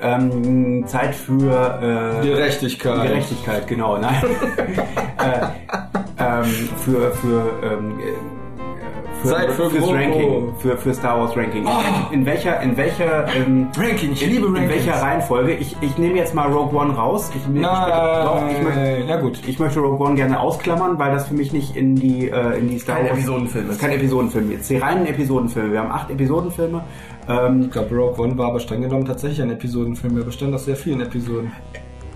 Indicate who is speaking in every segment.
Speaker 1: ähm, Zeit für äh,
Speaker 2: Äh, Gerechtigkeit.
Speaker 1: Gerechtigkeit, genau, nein. äh, ähm, für für, ähm, äh, für,
Speaker 2: Zeit für
Speaker 1: fürs
Speaker 2: Groko.
Speaker 1: Ranking, für, für Star Wars Ranking.
Speaker 2: Oh.
Speaker 1: In welcher, in welcher, ähm,
Speaker 2: Ranking, ich
Speaker 1: in,
Speaker 2: liebe
Speaker 1: in
Speaker 2: Rankings.
Speaker 1: welcher Reihenfolge? Ich, ich nehme jetzt mal Rogue One raus. Ich, nehm-
Speaker 2: Nein,
Speaker 1: ich, möchte- doch, ich,
Speaker 2: na
Speaker 1: möchte,
Speaker 2: gut.
Speaker 1: ich möchte Rogue One gerne ausklammern, weil das für mich nicht in die, äh, in die Star
Speaker 3: Kein
Speaker 1: Wars...
Speaker 3: Episodenfilm
Speaker 1: Das ist
Speaker 3: ist.
Speaker 1: kein Episodenfilm. Jetzt die reinen Episodenfilme. Wir haben acht Episodenfilme. Ähm,
Speaker 2: Ich glaube, Rogue One war aber streng genommen tatsächlich ein Episodenfilm. Er bestand aus sehr vielen Episoden.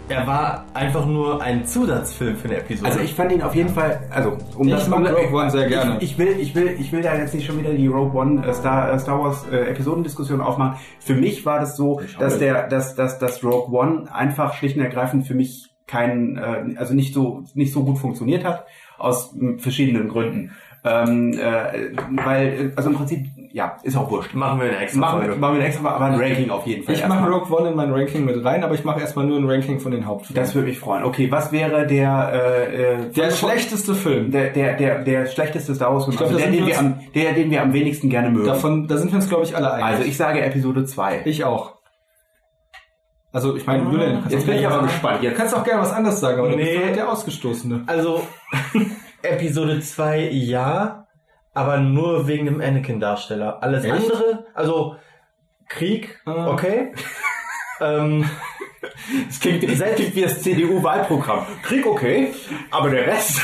Speaker 3: Er war einfach nur ein Zusatzfilm für eine Episode.
Speaker 1: Also ich fand ihn auf jeden Fall, also um
Speaker 2: Ich
Speaker 1: das
Speaker 2: mag
Speaker 1: um,
Speaker 2: Rogue One sehr gerne.
Speaker 1: Ich, ich will, ich will, ich will da jetzt nicht schon wieder die Rogue One äh, Star, äh, Star Wars äh, Episodendiskussion aufmachen. Für mich war das so, dass der, dass, dass, dass Rogue One einfach schlicht und ergreifend für mich kein, äh, also nicht so, nicht so gut funktioniert hat aus m, verschiedenen Gründen, ähm, äh, weil, äh, also im Prinzip, ja, ist auch wurscht.
Speaker 3: machen wir eine extra
Speaker 1: Machen wir,
Speaker 3: Folge.
Speaker 1: machen wir extra, aber ein Ranking auf jeden Fall.
Speaker 2: Ich
Speaker 1: erstmal.
Speaker 2: mache Rogue One in mein Ranking mit rein, aber ich mache erstmal nur ein Ranking von den Hauptfilmen.
Speaker 1: Das würde mich freuen. Okay, was wäre der, äh, äh,
Speaker 2: der
Speaker 1: von-
Speaker 2: schlechteste Film.
Speaker 1: Der, der, der, der schlechteste Star Wars Film,
Speaker 2: glaub,
Speaker 1: also
Speaker 2: da
Speaker 1: der,
Speaker 2: sind
Speaker 1: den
Speaker 2: wir
Speaker 1: wir am, der, den wir am wenigsten gerne mögen.
Speaker 2: Davon, da sind wir uns, glaube ich, alle einig.
Speaker 1: also ich sage Episode 2.
Speaker 2: Ich auch. Also, ich meine, du denn? Kannst
Speaker 1: Jetzt
Speaker 2: auch
Speaker 1: bin ich
Speaker 2: gerne
Speaker 1: aber
Speaker 2: was-
Speaker 1: gespannt.
Speaker 2: Du
Speaker 1: Jetzt.
Speaker 2: kannst auch gerne was anderes sagen, aber du bist
Speaker 3: Nee.
Speaker 2: doch halt der Ausgestoßene.
Speaker 3: Also, Episode 2 ja, aber nur wegen dem Anakin-Darsteller. Alles
Speaker 2: Echt?
Speaker 3: andere, also Krieg,
Speaker 2: Ah.
Speaker 3: okay. ähm,
Speaker 1: Das klingt, das klingt wie das CDU-Wahlprogramm. Krieg okay, aber der Rest.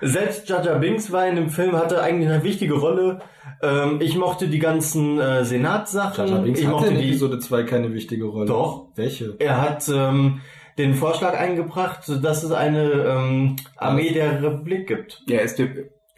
Speaker 3: selbst Jaja Binks war in dem Film, hatte eigentlich eine wichtige Rolle. Ähm, ich mochte die ganzen äh, Senatssachen.
Speaker 2: Jar Jar Binks
Speaker 3: ich
Speaker 2: hatte
Speaker 3: mochte
Speaker 2: in
Speaker 3: die.
Speaker 2: Episode 2 keine wichtige Rolle.
Speaker 3: Doch.
Speaker 2: Welche?
Speaker 3: Er hat ähm, den Vorschlag eingebracht, dass es eine ähm, Armee der Republik gibt.
Speaker 1: Ja, ist der,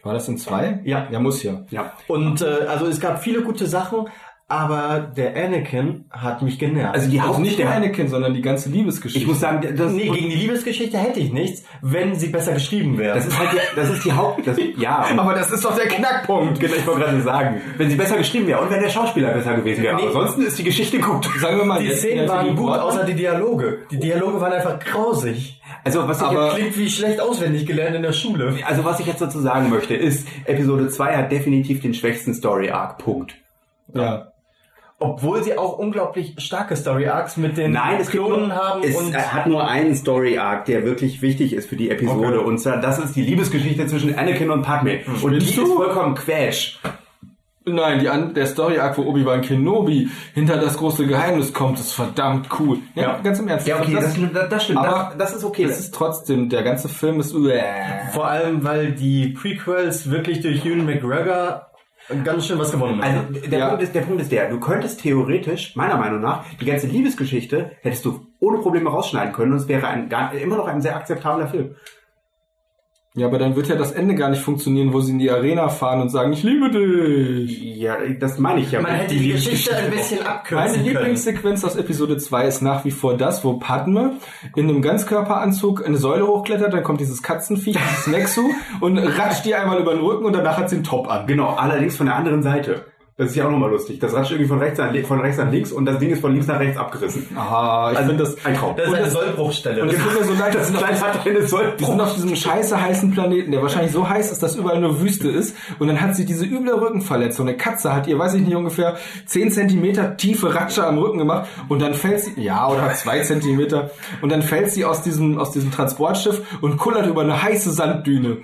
Speaker 2: War das in 2?
Speaker 3: Ja.
Speaker 2: Ja, muss ja.
Speaker 1: ja.
Speaker 3: Und äh, also es gab viele gute Sachen, aber der Anakin hat mich genervt.
Speaker 1: Also die
Speaker 2: Also
Speaker 1: Haupt
Speaker 2: nicht der
Speaker 1: der,
Speaker 2: Anakin, sondern die ganze Liebesgeschichte.
Speaker 1: ich muss sagen, das,
Speaker 3: nee, gegen die Liebesgeschichte hätte ich nichts, wenn sie besser geschrieben wäre.
Speaker 1: das ist halt, die, das ist die Haupt, das, ja.
Speaker 2: aber das ist doch der Knackpunkt.
Speaker 1: Genau, ich wollte gerade sagen, wenn sie besser geschrieben wäre und wenn der Schauspieler besser gewesen wäre.
Speaker 3: Nee.
Speaker 1: Aber ansonsten ist die Geschichte gut.
Speaker 2: Sagen wir mal,
Speaker 3: die
Speaker 2: jetzt
Speaker 3: Szenen
Speaker 2: in
Speaker 3: waren
Speaker 2: Episode
Speaker 3: gut,
Speaker 2: One-
Speaker 3: außer die Dialoge. Die Dialoge waren einfach grausig.
Speaker 1: Also was ich
Speaker 2: Aber-
Speaker 1: jetzt,
Speaker 3: Klingt wie schlecht auswendig gelernt in der Schule.
Speaker 1: also was ich jetzt dazu sagen möchte, ist, Episode 2 hat definitiv den schwächsten Story-Arc. Punkt.
Speaker 2: Ja.
Speaker 3: Obwohl sie auch unglaublich starke Story-Arcs mit den
Speaker 1: Nein, es, gibt
Speaker 3: Klonen
Speaker 1: nur,
Speaker 3: haben
Speaker 1: es äh,
Speaker 3: und
Speaker 1: hat nur einen Story-Arc, der wirklich wichtig ist für die Episode.
Speaker 2: Okay.
Speaker 1: Und zwar, das ist die Liebesgeschichte zwischen Anakin und Padme. Und die ist
Speaker 2: Spinnst du?
Speaker 1: vollkommen quatsch.
Speaker 2: Nein, die an der Story Arc, wo Obi-Wan Kenobi hinter das große Geheimnis kommt, ist verdammt cool. Ja, ganz im Ernst.
Speaker 1: Ja, okay, das, das, das stimmt.
Speaker 2: aber
Speaker 1: das, das ist okay.
Speaker 2: das ist trotzdem, der ganze Film ist. äh.
Speaker 3: vor allem, weil die Prequels wirklich durch Ewan McGregor ganz schön was gewonnen haben.
Speaker 1: also der,
Speaker 2: Ja.
Speaker 1: Punkt ist, der Punkt ist der, du könntest theoretisch, meiner Meinung nach, die ganze Liebesgeschichte hättest du ohne Probleme rausschneiden können und es wäre ein, gar, immer noch ein sehr akzeptabler Film.
Speaker 2: Ja, aber dann wird ja das Ende gar nicht funktionieren, wo sie in die Arena fahren und sagen, ich liebe dich.
Speaker 1: Ja, das meine ich ja.
Speaker 3: Man
Speaker 1: mit
Speaker 3: hätte die Geschichte ein
Speaker 1: Liebesgeschichte.
Speaker 3: bisschen
Speaker 2: Meine
Speaker 3: abkürzen können.
Speaker 2: Lieblingssequenz aus Episode 2 ist nach wie vor das, wo Padme in einem Ganzkörperanzug eine Säule hochklettert, dann kommt dieses Katzenvieh, dieses Nexu und ratscht die einmal über den Rücken und danach hat sie einen Top an.
Speaker 1: Genau, allerdings von der anderen Seite. Das ist ja auch nochmal lustig. Das ratscht irgendwie von rechts, an, von rechts an links und das Ding ist von links nach rechts abgerissen.
Speaker 2: Ah, ich finde das...
Speaker 1: ein Traum.
Speaker 3: Das ist
Speaker 2: Und
Speaker 3: eine
Speaker 2: das-
Speaker 3: Sollbruchstelle.
Speaker 2: Und es tut mir so leid, dass
Speaker 1: Das
Speaker 2: sie noch
Speaker 1: Kleid hat eine
Speaker 2: Die sind
Speaker 1: Sollbruch.
Speaker 2: auf diesem scheiße heißen Planeten, der wahrscheinlich so heiß ist, dass überall nur Wüste ist. Und dann hat sie diese üble Rückenverletzung. Eine Katze hat ihr, weiß ich nicht, ungefähr 10 Zentimeter tiefe Ratsche am Rücken gemacht. Und dann fällt sie, ja, oder 2 Zentimeter. Und dann fällt sie aus diesem, aus diesem Transportschiff und kullert über eine heiße Sanddüne.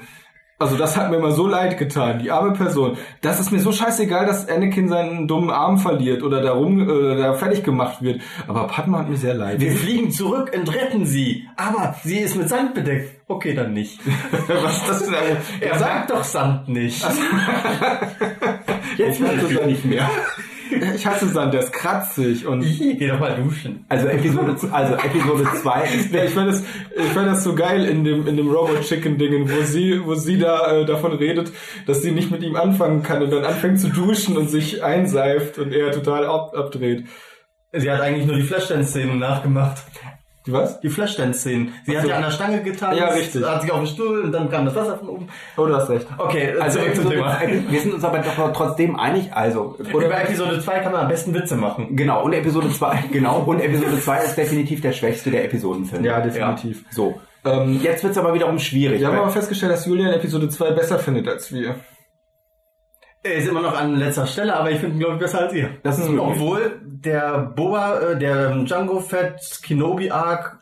Speaker 2: Also das hat mir immer so leid getan, die arme Person. Das ist mir so scheißegal, dass Anakin seinen dummen Arm verliert oder darum äh, da fertig gemacht wird. Aber Padma hat mir sehr leid.
Speaker 3: Wir fliegen zurück und retten sie. Aber sie ist mit Sand bedeckt. Okay, dann nicht.
Speaker 2: Was ist das denn?
Speaker 3: Er sagt doch Sand nicht.
Speaker 2: Also-
Speaker 1: Jetzt macht es nicht mehr.
Speaker 2: Ich hasse Sand, der ist kratzig und
Speaker 3: Geh doch mal duschen.
Speaker 1: Also Episode, also Episode 2 ist
Speaker 2: ja, ich fand das, ich fand das so geil in dem in dem Robot Chicken Dingen, wo sie wo sie da äh, davon redet, dass sie nicht mit ihm anfangen kann und dann anfängt zu duschen und sich einseift und er total ab, abdreht.
Speaker 3: Sie hat eigentlich nur die Flashdance-Szenen nachgemacht.
Speaker 2: Die was?
Speaker 3: Die Flashdance-Szenen. Sie hat
Speaker 2: so.
Speaker 3: ja an der Stange getanzt.
Speaker 2: Ja, richtig.
Speaker 3: Hat sich auf den Stuhl und dann kam das Wasser von oben.
Speaker 2: Oh, du hast recht.
Speaker 3: Okay,
Speaker 1: also
Speaker 3: zurück zum
Speaker 1: Episode
Speaker 3: Thema.
Speaker 1: zwei- wir sind uns aber doch trotzdem einig, also oder
Speaker 3: Über Episode 2 kann man am besten Witze machen.
Speaker 1: genau und Episode 2 genau und Episode 2 ist definitiv der schwächste der Episodenfilme.
Speaker 2: Ja, definitiv.
Speaker 1: So.
Speaker 2: Ähm,
Speaker 1: Jetzt wird's aber wiederum schwierig.
Speaker 2: wir haben
Speaker 1: weil-
Speaker 2: aber festgestellt, dass Julian Episode 2 besser findet als wir.
Speaker 3: Er ist immer noch an letzter Stelle, aber ich finde ihn, glaube ich, besser als ihr.
Speaker 2: Das ist möglich.
Speaker 3: Obwohl der Boba, äh, der ähm, Django Fett, Kenobi Arc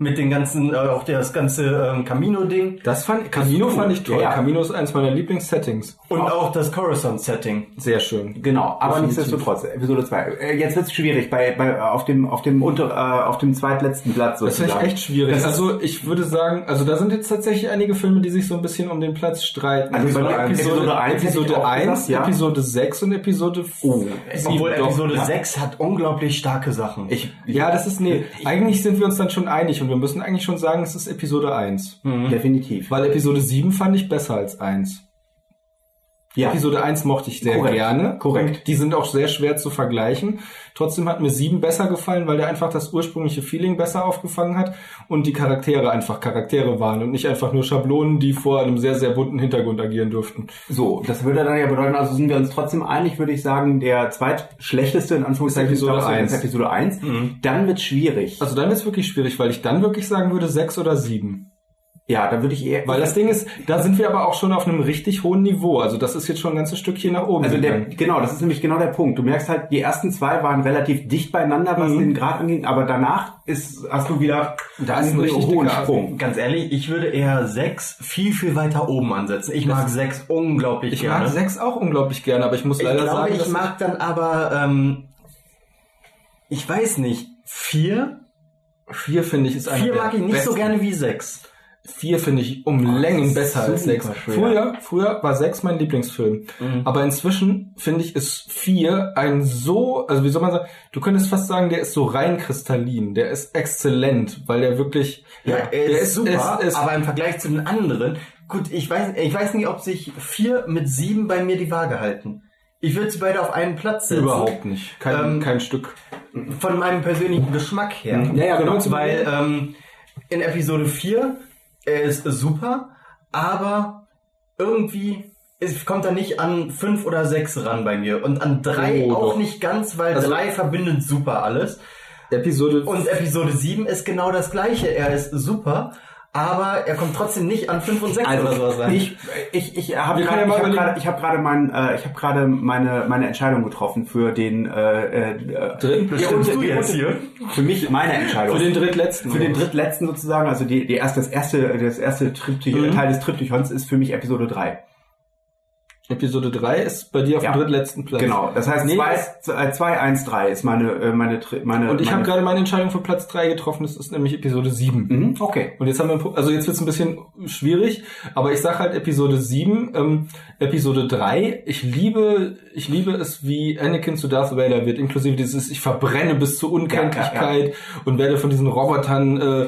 Speaker 3: mit den ganzen, äh, auch das ganze ähm, Camino-Ding
Speaker 2: Das fand Camino fand ich toll.
Speaker 1: Ja.
Speaker 2: Camino ist eines meiner Lieblingssettings.
Speaker 3: und auch das Coruscant-Setting.
Speaker 2: Sehr schön.
Speaker 1: Genau, aber
Speaker 2: Definitiv.
Speaker 1: nichtsdestotrotz, Episode 2. Äh, jetzt wird's schwierig, bei, bei, auf dem, auf dem unter, äh, auf dem zweitletzten Platz
Speaker 2: Das finde
Speaker 1: sozusagen.
Speaker 2: ich echt schwierig.
Speaker 1: Das-
Speaker 2: also ich würde sagen, also da sind jetzt tatsächlich einige Filme, die sich so ein bisschen um den Platz streiten.
Speaker 1: Also bei mir Episode
Speaker 2: Episode
Speaker 1: eins hätte ich
Speaker 2: Episode,
Speaker 1: auch
Speaker 2: 1
Speaker 1: gesagt, ja. Oh,
Speaker 2: Episode 6 und Episode 5.
Speaker 3: Obwohl Episode
Speaker 2: ja.
Speaker 3: 6 hat unglaublich starke Sachen.
Speaker 1: Ich,
Speaker 2: Ja, das ist, nee, eigentlich sind wir uns dann schon einig und wir müssen eigentlich schon sagen, es ist Episode 1.
Speaker 1: definitiv.
Speaker 2: Weil Episode 7 fand ich besser als 1.
Speaker 1: Ja.
Speaker 2: Episode 1 mochte ich sehr
Speaker 1: Korrekt.
Speaker 2: gerne.
Speaker 1: Korrekt.
Speaker 2: Und Die sind auch sehr schwer zu vergleichen. Trotzdem hat mir 7 besser gefallen, weil der einfach das ursprüngliche Feeling besser aufgefangen hat und die Charaktere einfach Charaktere waren und nicht einfach nur Schablonen, die vor einem sehr, sehr bunten Hintergrund agieren dürften.
Speaker 1: So, das würde dann ja bedeuten, also sind wir uns trotzdem einig, würde ich sagen, der zweitschlechteste in Anführungszeichen
Speaker 2: Ist Episode
Speaker 1: Star Wars
Speaker 2: eins. Mhm.
Speaker 1: ist Episode 1. Dann wird's schwierig.
Speaker 2: Also dann ist wirklich schwierig, weil ich dann wirklich sagen würde 6 oder 7.
Speaker 1: ja, dann würde ich eher.
Speaker 2: Weil das Ding ist, da sind wir aber auch schon auf einem richtig hohen Niveau. Also das ist jetzt schon ein ganzes Stückchen nach oben.
Speaker 1: also der,
Speaker 2: gegangen.
Speaker 1: genau, das ist nämlich genau der Punkt. Du merkst halt, die ersten zwei waren relativ dicht beieinander, was den Grad anging, aber danach ist, hast du wieder
Speaker 2: Mhm. Da ist ein richtig
Speaker 1: hohen
Speaker 2: dicker
Speaker 1: Sprung.
Speaker 3: Ganz ehrlich, ich würde eher 6 viel, viel weiter oben ansetzen. Ich mag 6 unglaublich
Speaker 2: ich
Speaker 3: gerne.
Speaker 2: mag 6 auch unglaublich gerne, aber ich muss
Speaker 3: ich
Speaker 2: leider
Speaker 3: glaube,
Speaker 2: sagen,
Speaker 3: ich
Speaker 2: dass
Speaker 3: mag dann aber, ähm, ich weiß nicht, 4?
Speaker 2: 4 finde ich ist einer
Speaker 3: 4
Speaker 2: der
Speaker 3: mag ich nicht so
Speaker 2: besten.
Speaker 3: gerne wie 6.
Speaker 2: 4 finde ich um Längen besser als 6.
Speaker 3: super schwer. Mhm.
Speaker 2: Früher, früher war 6 mein Lieblingsfilm. Aber inzwischen finde ich, ist 4 ein so, also wie soll man sagen, du könntest fast sagen, der ist so rein kristallin, der ist exzellent, weil der wirklich,
Speaker 3: Ja,
Speaker 2: der
Speaker 3: er ist, super,
Speaker 2: ist- ist-
Speaker 3: aber im Vergleich zu den anderen, gut, ich weiß, ich weiß nicht, ob sich vier mit sieben bei mir die Waage halten. Ich würde sie beide auf einen Platz setzen.
Speaker 2: überhaupt nicht. Kein,
Speaker 3: Ähm,
Speaker 2: kein Stück.
Speaker 3: Von meinem persönlichen Geschmack her.
Speaker 2: Ja, ja, genau.
Speaker 3: Weil ähm, in Episode 4, er ist super, aber irgendwie es kommt er nicht an fünf oder sechs ran bei mir. Und an drei
Speaker 2: Oh,
Speaker 3: auch
Speaker 2: doch.
Speaker 3: nicht ganz, weil
Speaker 2: Also-
Speaker 3: drei verbindet super alles.
Speaker 2: Episode
Speaker 3: Und Episode 7 ist genau das gleiche. Er ist super, aber er kommt trotzdem nicht an 5 und 6 oder sowas ran.
Speaker 1: Also, Ich, ich, ich habe
Speaker 2: Wir können
Speaker 1: gerade ich
Speaker 2: ja mal
Speaker 1: hab
Speaker 2: überlegen.
Speaker 1: gerade- ich hab gerade mein, äh, ich hab gerade meine, meine Entscheidung getroffen für den äh, äh,
Speaker 2: Dritten?
Speaker 1: ja, und,
Speaker 3: Stimmst
Speaker 1: du jetzt hier? Für mich meine Entscheidung.
Speaker 2: Für den drittletzten.
Speaker 1: Für den drittletzten sozusagen, also die, die erst, das erste, das erste Triptych,
Speaker 2: Mhm.
Speaker 1: Teil des Triptychons ist für mich Episode 3.
Speaker 2: Episode 3 ist bei dir auf
Speaker 1: Ja.
Speaker 2: dem drittletzten Platz.
Speaker 1: Genau. Das heißt
Speaker 2: Nee,
Speaker 1: 2, 2, 1, 3 ist meine, äh, meine, Tri- meine.
Speaker 2: Und ich habe
Speaker 1: meine,
Speaker 2: gerade meine Entscheidung für Platz 3 getroffen, das ist nämlich Episode 7.
Speaker 1: Mhm, okay.
Speaker 2: Und jetzt haben wir, ein Pro- also jetzt wird's ein bisschen schwierig, aber ich sag halt Episode 7, ähm, Episode 3, ich liebe, ich liebe es, wie Anakin zu Darth Vader wird, inklusive dieses, ich verbrenne bis zur Unkenntlichkeit und werde von diesen Robotern, äh,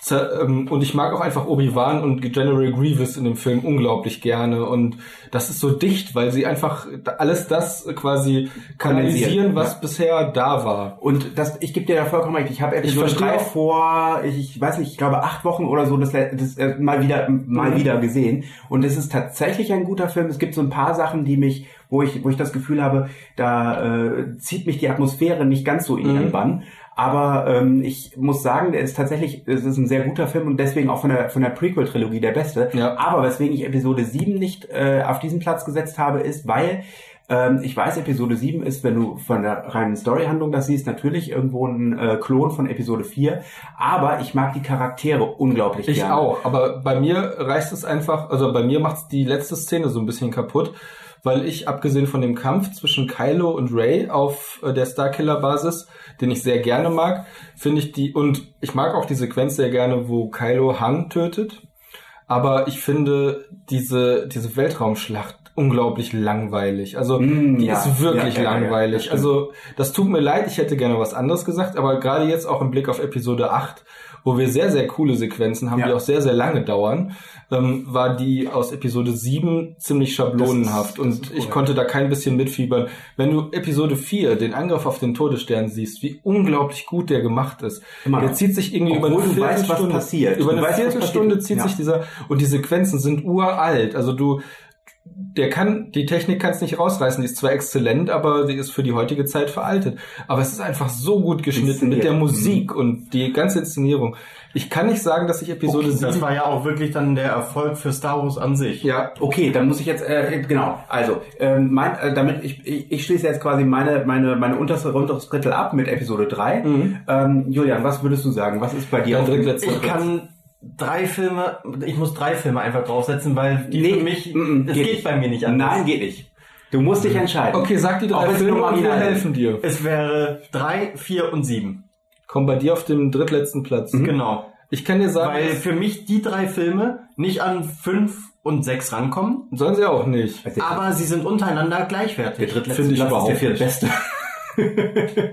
Speaker 2: zer- ähm, und ich mag auch einfach Obi-Wan und General Grievous in dem Film unglaublich gerne und das ist so dicht, weil sie einfach alles das quasi kanalisieren,
Speaker 1: Kondensieren,
Speaker 2: was
Speaker 1: ja.
Speaker 2: bisher da war.
Speaker 1: Und das, ich gebe dir da vollkommen recht. Ich habe Episode
Speaker 2: verstehe
Speaker 1: 3
Speaker 2: auch-
Speaker 1: vor, ich, ich weiß nicht, ich glaube acht Wochen oder so, das, le- das äh, mal wieder,
Speaker 2: Mhm.
Speaker 1: mal wieder gesehen. Und es ist tatsächlich ein guter Film. Es gibt so ein paar Sachen, die mich, wo ich, wo ich das Gefühl habe, da äh, zieht mich die Atmosphäre nicht ganz so in
Speaker 2: Mhm.
Speaker 1: ihren Bann. Aber ähm, ich muss sagen, der ist tatsächlich, es ist ein sehr guter Film und deswegen auch von der von der Prequel-Trilogie der beste.
Speaker 2: Ja.
Speaker 1: Aber weswegen ich Episode 7 nicht äh, auf diesen Platz gesetzt habe, ist, weil ähm, ich weiß, Episode 7 ist, wenn du von der reinen Storyhandlung das siehst, natürlich irgendwo ein äh, Klon von Episode 4. Aber ich mag die Charaktere unglaublich
Speaker 2: Ich
Speaker 1: gerne.
Speaker 2: auch, aber bei mir reißt es einfach, also bei mir macht's die letzte Szene so ein bisschen kaputt, weil ich abgesehen von dem Kampf zwischen Kylo und Rey auf äh, der Starkiller Basis, den ich sehr gerne mag, finde ich die und ich mag auch die Sequenz sehr gerne, wo Kylo Han tötet, aber ich finde diese diese Weltraumschlacht unglaublich langweilig. Also
Speaker 1: Mm,
Speaker 2: die
Speaker 1: ja.
Speaker 2: ist wirklich
Speaker 1: Ja, ja, ja, ja, das
Speaker 2: langweilig.
Speaker 1: stimmt.
Speaker 2: also das tut mir leid, ich hätte gerne was anderes gesagt, aber gerade jetzt auch im Blick auf Episode 8, wo wir sehr, sehr coole Sequenzen haben,
Speaker 1: Ja.
Speaker 2: die auch sehr, sehr lange dauern, ähm, war die aus Episode 7 ziemlich schablonenhaft
Speaker 1: Das ist- das
Speaker 2: und
Speaker 1: ist
Speaker 2: ich
Speaker 1: cool.
Speaker 2: konnte da kein bisschen mitfiebern. Wenn du Episode 4, den Angriff auf den Todesstern siehst, wie unglaublich gut der gemacht ist.
Speaker 1: Immer
Speaker 2: der
Speaker 1: noch.
Speaker 2: zieht sich irgendwie über
Speaker 1: Obwohl
Speaker 2: eine
Speaker 1: du weißt, was
Speaker 2: Viertelstunde,
Speaker 1: passiert.
Speaker 2: über
Speaker 1: Du
Speaker 2: eine
Speaker 1: weißt, was
Speaker 2: Viertelstunde
Speaker 1: passiert.
Speaker 2: zieht
Speaker 1: Ja.
Speaker 2: sich dieser, und die Sequenzen sind uralt. Also du, der kann, die Technik kann es nicht rausreißen. Die ist zwar exzellent, aber sie ist für die heutige Zeit veraltet. Aber es ist einfach so gut geschnitten mit
Speaker 1: Inszeniert.
Speaker 2: der Musik und die ganze Inszenierung. Ich kann nicht sagen, dass ich Episode
Speaker 3: Das
Speaker 2: 7...
Speaker 3: war ja auch wirklich dann der Erfolg für Star Wars an sich.
Speaker 2: Ja,
Speaker 1: Okay, dann muss ich jetzt äh, genau. Also ähm, mein, äh, damit ich, ich, ich schließe jetzt quasi meine meine meine unterste rundes Drittel ab mit Episode 3.
Speaker 2: Mhm.
Speaker 1: Ähm, Julian, was würdest du sagen? Was ist bei dir?
Speaker 2: Dein
Speaker 1: auf dem-
Speaker 2: drittletzter
Speaker 3: Ich
Speaker 2: Platz.
Speaker 3: kann drei Filme, ich muss drei Filme einfach draufsetzen, weil die für mich,
Speaker 1: mm, mm,
Speaker 3: es geht,
Speaker 1: nicht.
Speaker 3: bei mir nicht anders.
Speaker 1: Nein, geht nicht. Du musst dich entscheiden.
Speaker 2: Mhm. Okay, sag die
Speaker 1: Auch
Speaker 2: drei
Speaker 1: wenn sie
Speaker 2: Filme
Speaker 1: nur
Speaker 2: und wir
Speaker 1: marginal sind.
Speaker 2: helfen dir.
Speaker 3: Es wäre drei, vier und sieben.
Speaker 2: Komm bei dir auf dem drittletzten Platz.
Speaker 3: Genau.
Speaker 2: Ich kann dir sagen,
Speaker 3: Weil für mich die drei Filme nicht an fünf und sechs rankommen,
Speaker 2: sollen sie auch nicht.
Speaker 1: Also,
Speaker 3: aber sie sind untereinander
Speaker 1: der
Speaker 3: gleichwertig.
Speaker 1: drittletzte
Speaker 2: Finde ich
Speaker 1: Platz
Speaker 2: überhaupt
Speaker 1: ist der
Speaker 2: nicht.
Speaker 1: viertbeste.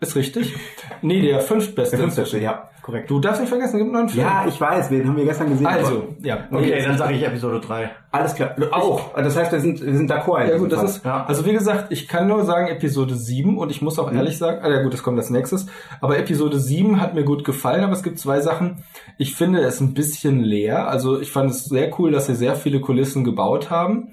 Speaker 2: Ist richtig? Nee, der fünftbeste.
Speaker 1: Der fünftbeste, ja, korrekt.
Speaker 2: Du darfst nicht vergessen, es gibt noch einen Film.
Speaker 1: Ja, ich weiß, den haben wir gestern gesehen.
Speaker 2: Also, ja.
Speaker 3: Okay, dann sage ich Episode drei.
Speaker 1: Alles klar. Auch. Das heißt, wir sind, wir sind d'accord. in
Speaker 2: Ja
Speaker 1: diesem
Speaker 2: gut, das
Speaker 1: Fall.
Speaker 2: ist,
Speaker 3: Ja.
Speaker 2: also wie gesagt, ich kann nur sagen Episode 7 und ich muss auch ehrlich sagen, ah, ja gut, das kommt als nächstes, aber Episode 7 hat mir gut gefallen, aber es gibt zwei Sachen. Ich finde es ein bisschen leer, also ich fand es sehr cool, dass sie sehr viele Kulissen gebaut haben.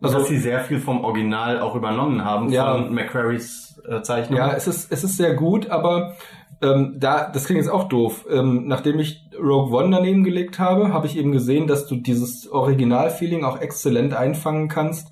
Speaker 2: Also
Speaker 3: dass sie sehr viel vom Original auch übernommen haben,
Speaker 2: Ja.
Speaker 3: von McQuarries äh, Zeichnung.
Speaker 2: ja, es ist, es ist sehr gut, aber ähm, da, das klingt jetzt auch doof. Ähm, nachdem ich Rogue One daneben gelegt habe, habe ich eben gesehen, dass du dieses Original-Feeling auch exzellent einfangen kannst,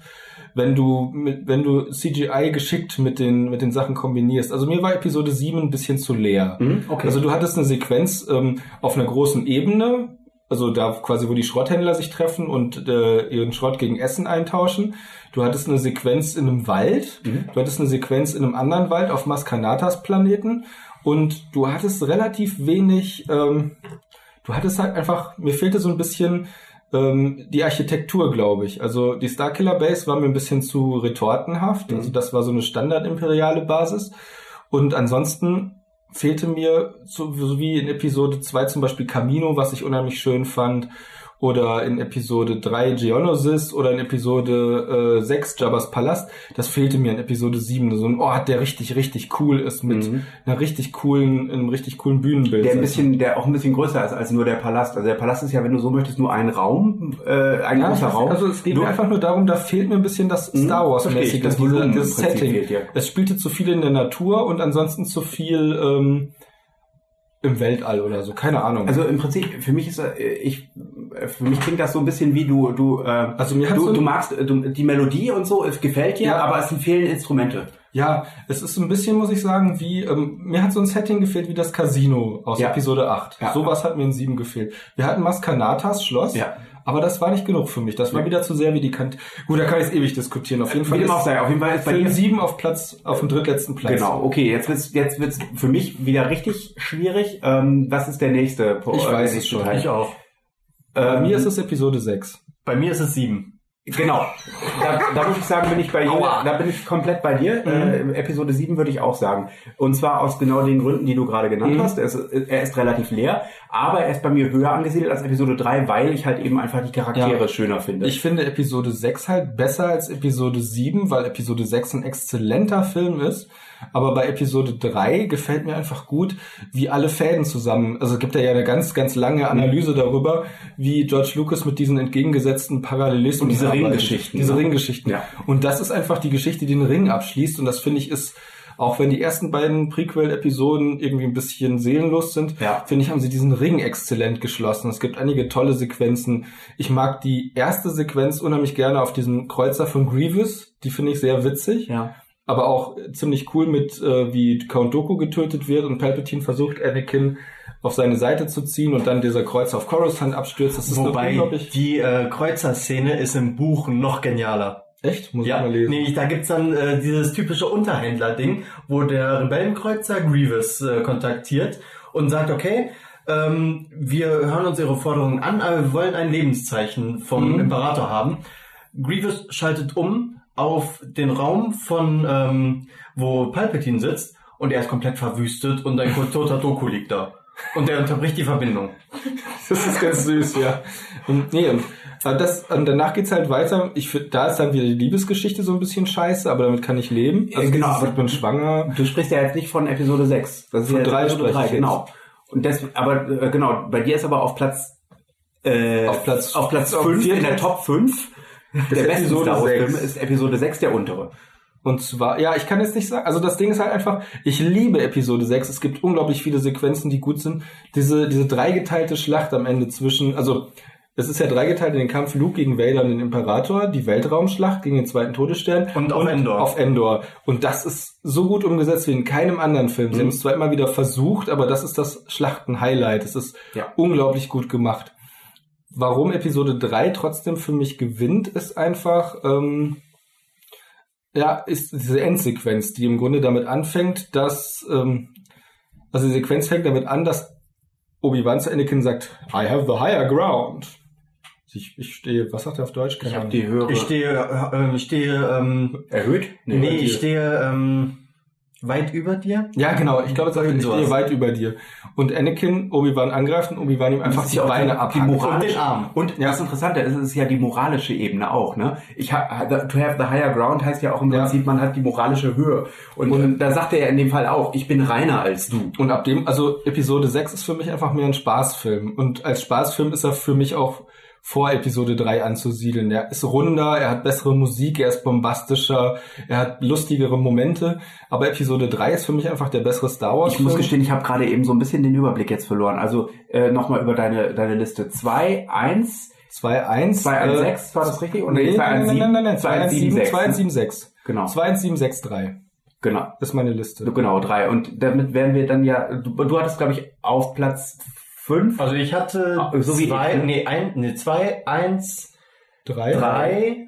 Speaker 2: wenn du, mit, wenn du CGI geschickt mit den, mit den Sachen kombinierst. Also mir war Episode 7 ein bisschen zu leer.
Speaker 1: Mhm, okay.
Speaker 2: Also du hattest eine Sequenz ähm, auf einer großen Ebene, also da quasi, wo die Schrotthändler sich treffen und äh, ihren Schrott gegen Essen eintauschen. Du hattest eine Sequenz in einem Wald, du hattest eine Sequenz in einem anderen Wald auf Maskanatas Planeten und du hattest relativ wenig, ähm, du hattest halt einfach, mir fehlte so ein bisschen ähm, die Architektur, glaube ich. Also die Starkiller Base war mir ein bisschen zu retortenhaft,
Speaker 1: Mhm.
Speaker 2: also das war so eine standardimperiale Basis. Und ansonsten fehlte mir, so, so wie in Episode 2 zum Beispiel Camino, was ich unheimlich schön fand, oder in Episode 3 Geonosis oder in Episode äh, 6 Jabba's Palast, das fehlte mir in Episode 7. So ein Ort, der richtig, richtig cool ist, mit
Speaker 1: Mhm.
Speaker 2: einer richtig coolen, einem richtig coolen Bühnenbild.
Speaker 1: der ein
Speaker 2: sag ich
Speaker 1: bisschen, der auch ein bisschen größer ist als nur der Palast. Also der Palast ist ja, wenn du so möchtest, nur ein Raum, äh, ein
Speaker 2: Ja, ich
Speaker 1: großer
Speaker 2: weiß,
Speaker 1: Raum.
Speaker 2: also es geht mir
Speaker 1: nur,
Speaker 2: einfach nur darum, da fehlt mir ein bisschen das
Speaker 1: Mhm,
Speaker 2: Star
Speaker 1: verstehe
Speaker 2: Wars-mäßige,
Speaker 1: ich. Das
Speaker 2: diese-
Speaker 1: Volumen im
Speaker 2: das
Speaker 1: Prinzip
Speaker 2: Setting.
Speaker 1: fehlt dir.
Speaker 2: Es spielte zu viel in der Natur und ansonsten zu viel ähm, im Weltall oder so, keine Ahnung.
Speaker 1: also im Prinzip, für mich ist, äh, ich, äh, für mich klingt das so ein bisschen wie du, du, äh,
Speaker 2: Also mir hat's
Speaker 1: du,
Speaker 2: so-
Speaker 1: du magst äh, du, die Melodie und so, es gefällt dir,
Speaker 2: Ja.
Speaker 1: aber es fehlen Instrumente.
Speaker 2: ja, es ist ein bisschen, muss ich sagen, wie, ähm, mir hat so ein Setting gefehlt wie das Casino aus
Speaker 1: Ja.
Speaker 2: Episode 8.
Speaker 1: Ja.
Speaker 2: Sowas hat mir in 7 gefehlt. Wir hatten Maskanatas Schloss,
Speaker 1: Ja.
Speaker 2: aber das war nicht genug für mich. Das war
Speaker 1: Ja. Äh,
Speaker 2: wieder zu sehr wie die Kant. Gut, da kann ich es ewig diskutieren. Auf jeden
Speaker 1: Wie
Speaker 2: Fall
Speaker 1: dem auch
Speaker 2: ist
Speaker 1: sei, auf jeden Fall ist bei
Speaker 2: Film
Speaker 1: dir
Speaker 2: 7 auf Platz, auf dem drittletzten Platz.
Speaker 1: Genau, okay, jetzt wird's, jetzt wird's für mich wieder richtig schwierig. Ähm, was ist der nächste? Po-
Speaker 2: Ich
Speaker 1: äh,
Speaker 2: weiß es
Speaker 1: nächste
Speaker 2: schon.
Speaker 1: Teil?
Speaker 3: Ich auch.
Speaker 2: Bei
Speaker 1: Ähm,
Speaker 2: Äh, mir ist es Episode 6.
Speaker 3: Bei mir ist es sieben.
Speaker 1: Genau. Da, da muss ich sagen, bin ich bei dir,
Speaker 3: Aua.
Speaker 1: da bin ich komplett bei dir.
Speaker 2: Mhm.
Speaker 1: Äh, Episode 7 würde ich auch sagen. Und zwar aus genau den Gründen, die du gerade genannt
Speaker 2: Mhm.
Speaker 1: hast. Er ist, er ist relativ leer, aber er ist bei mir höher angesiedelt als Episode 3, weil ich halt eben einfach die Charaktere
Speaker 2: Ja.
Speaker 1: schöner finde.
Speaker 2: Ich finde Episode 6 halt besser als Episode 7, weil Episode 6 ein exzellenter Film ist. Aber bei Episode 3 gefällt mir einfach gut, wie alle Fäden zusammen. Also es gibt da ja eine ganz, ganz lange Analyse darüber, wie George Lucas mit diesen entgegengesetzten Parallelismen.
Speaker 1: Und diese
Speaker 2: arbeitet.
Speaker 1: Ringgeschichten,
Speaker 2: Diese
Speaker 1: ne?
Speaker 2: Ringgeschichten.
Speaker 1: Ja.
Speaker 2: Und das ist einfach die Geschichte, die den Ring abschließt. Und das finde ich ist, auch wenn die ersten beiden Prequel-Episoden irgendwie ein bisschen seelenlos sind,
Speaker 1: Ja.
Speaker 2: finde ich, haben sie diesen Ring exzellent geschlossen. Es gibt einige tolle Sequenzen. Ich mag die erste Sequenz unheimlich gerne auf diesem Kreuzer von Grievous. Die finde ich sehr witzig,
Speaker 1: ja.
Speaker 2: aber auch ziemlich cool mit, äh, wie Count Doku getötet wird und Palpatine versucht, Anakin auf seine Seite zu ziehen und dann dieser Kreuzer auf Coruscant abstürzt. Das ist eine
Speaker 3: Wobei
Speaker 2: unglaublich...
Speaker 3: die äh, Kreuzer-Szene ist im Buch noch genialer.
Speaker 2: Echt? Muss ich
Speaker 3: Ja,
Speaker 2: mal lesen.
Speaker 3: nee, da gibt's dann äh, dieses typische Unterhändler-Ding, wo der Rebellenkreuzer Grievous äh, kontaktiert und sagt, okay, ähm, wir hören uns ihre Forderungen an, aber wir wollen ein Lebenszeichen vom
Speaker 2: Mhm.
Speaker 3: Imperator haben. Grievous schaltet um auf den Raum von, ähm, wo Palpatine sitzt und er ist komplett verwüstet und ein toter Doku liegt da. Und der unterbricht die Verbindung.
Speaker 2: Das ist ganz süß, ja. Und, nee, und, äh, das, und danach geht's halt weiter. Ich find, da ist dann wieder die Liebesgeschichte so ein bisschen scheiße, aber damit kann ich leben. Also
Speaker 1: Äh, genau,
Speaker 2: dieses
Speaker 1: aber-
Speaker 2: wird man schwanger.
Speaker 1: Du sprichst ja jetzt nicht von Episode 6. Das ist
Speaker 2: Von
Speaker 1: ja
Speaker 2: drei
Speaker 1: Episode
Speaker 2: spreche ich
Speaker 1: genau. Und das, aber äh, genau, bei dir ist aber auf Platz äh,
Speaker 2: Auf Platz-
Speaker 1: auf Platz
Speaker 2: auf
Speaker 1: 5 in
Speaker 2: vierten-
Speaker 1: der Top 5 der besten
Speaker 2: Episode
Speaker 1: Star Wars
Speaker 2: sechs.
Speaker 1: Filme ist Episode 6 der untere.
Speaker 2: Und zwar, ja, ich kann jetzt nicht sagen, also das Ding ist halt einfach, ich liebe Episode 6. Es gibt unglaublich viele Sequenzen, die gut sind. Diese, diese dreigeteilte Schlacht am Ende zwischen, also es ist ja dreigeteilt in den Kampf Luke gegen Vader und den Imperator, die Weltraumschlacht gegen den zweiten Todesstern
Speaker 3: Und auf Endor.
Speaker 2: auf Endor. Und das ist so gut umgesetzt wie in keinem anderen Film.
Speaker 1: Mhm.
Speaker 2: Sie haben es zwar immer wieder versucht, aber das ist das Schlachten-Highlight. Es ist
Speaker 1: Ja.
Speaker 2: unglaublich gut gemacht. Warum Episode 3 trotzdem für mich gewinnt, ist einfach, ähm, ja, ist diese Endsequenz, die im Grunde damit anfängt, dass, ähm, also die Sequenz fängt damit an, dass Obi-Wan zu Anakin sagt, I have the higher ground. Ich, ich stehe, was sagt er auf Deutsch? Keine
Speaker 1: Ich habe
Speaker 2: Ahnung.
Speaker 1: die höhere
Speaker 3: Ich stehe, äh, ich stehe, ähm,
Speaker 1: erhöht.
Speaker 3: nee,
Speaker 2: über dir.
Speaker 3: ich stehe, ähm, weit über dir.
Speaker 2: Ja, genau. Ich glaube, es sagt, er, ich
Speaker 3: Sowas.
Speaker 2: stehe weit über dir. Und Anakin Obi-Wan angreift und Obi-Wan ihm einfach
Speaker 1: Das ist
Speaker 2: die
Speaker 1: ja auch
Speaker 2: Beine
Speaker 1: die-
Speaker 2: ab.
Speaker 1: die Moral-
Speaker 3: Und den Arm.
Speaker 1: Und das Interessante ist, es ist ja die moralische Ebene auch. Ne? Ich ha to have the higher ground heißt ja auch im
Speaker 2: Ja.
Speaker 1: Prinzip, man hat die moralische Höhe. Und, ähm, da sagt er ja in dem Fall auch, ich bin reiner als du.
Speaker 2: Und ab dem, also Episode 6 ist für mich einfach mehr ein Spaßfilm. Und als Spaßfilm ist er für mich auch vor Episode 3 anzusiedeln. Er ist runder, er hat bessere Musik, er ist bombastischer, er hat lustigere Momente. Aber Episode 3 ist für mich einfach der bessere Star Wars.
Speaker 1: Ich muss gestehen, ich habe gerade eben so ein bisschen den Überblick jetzt verloren. Also äh, nochmal über deine, deine Liste. 2, 1,
Speaker 2: 2-1.
Speaker 1: 216, war das richtig? Oder
Speaker 2: äh, Nee, nein, nein, nein, nein, nein,
Speaker 1: 2176,
Speaker 2: 217,
Speaker 1: ne?
Speaker 2: 2176.
Speaker 1: Genau.
Speaker 2: 21773
Speaker 1: Genau.
Speaker 2: ist meine Liste.
Speaker 1: Genau, drei. Und damit wären wir dann ja, du, du hattest, glaube ich, auf Platz fünf.
Speaker 3: Also ich hatte
Speaker 1: Ah, so wie
Speaker 3: zwei,
Speaker 1: ich, ne?
Speaker 3: nee, ein, nee, zwei, eins,
Speaker 2: Drei.
Speaker 3: drei,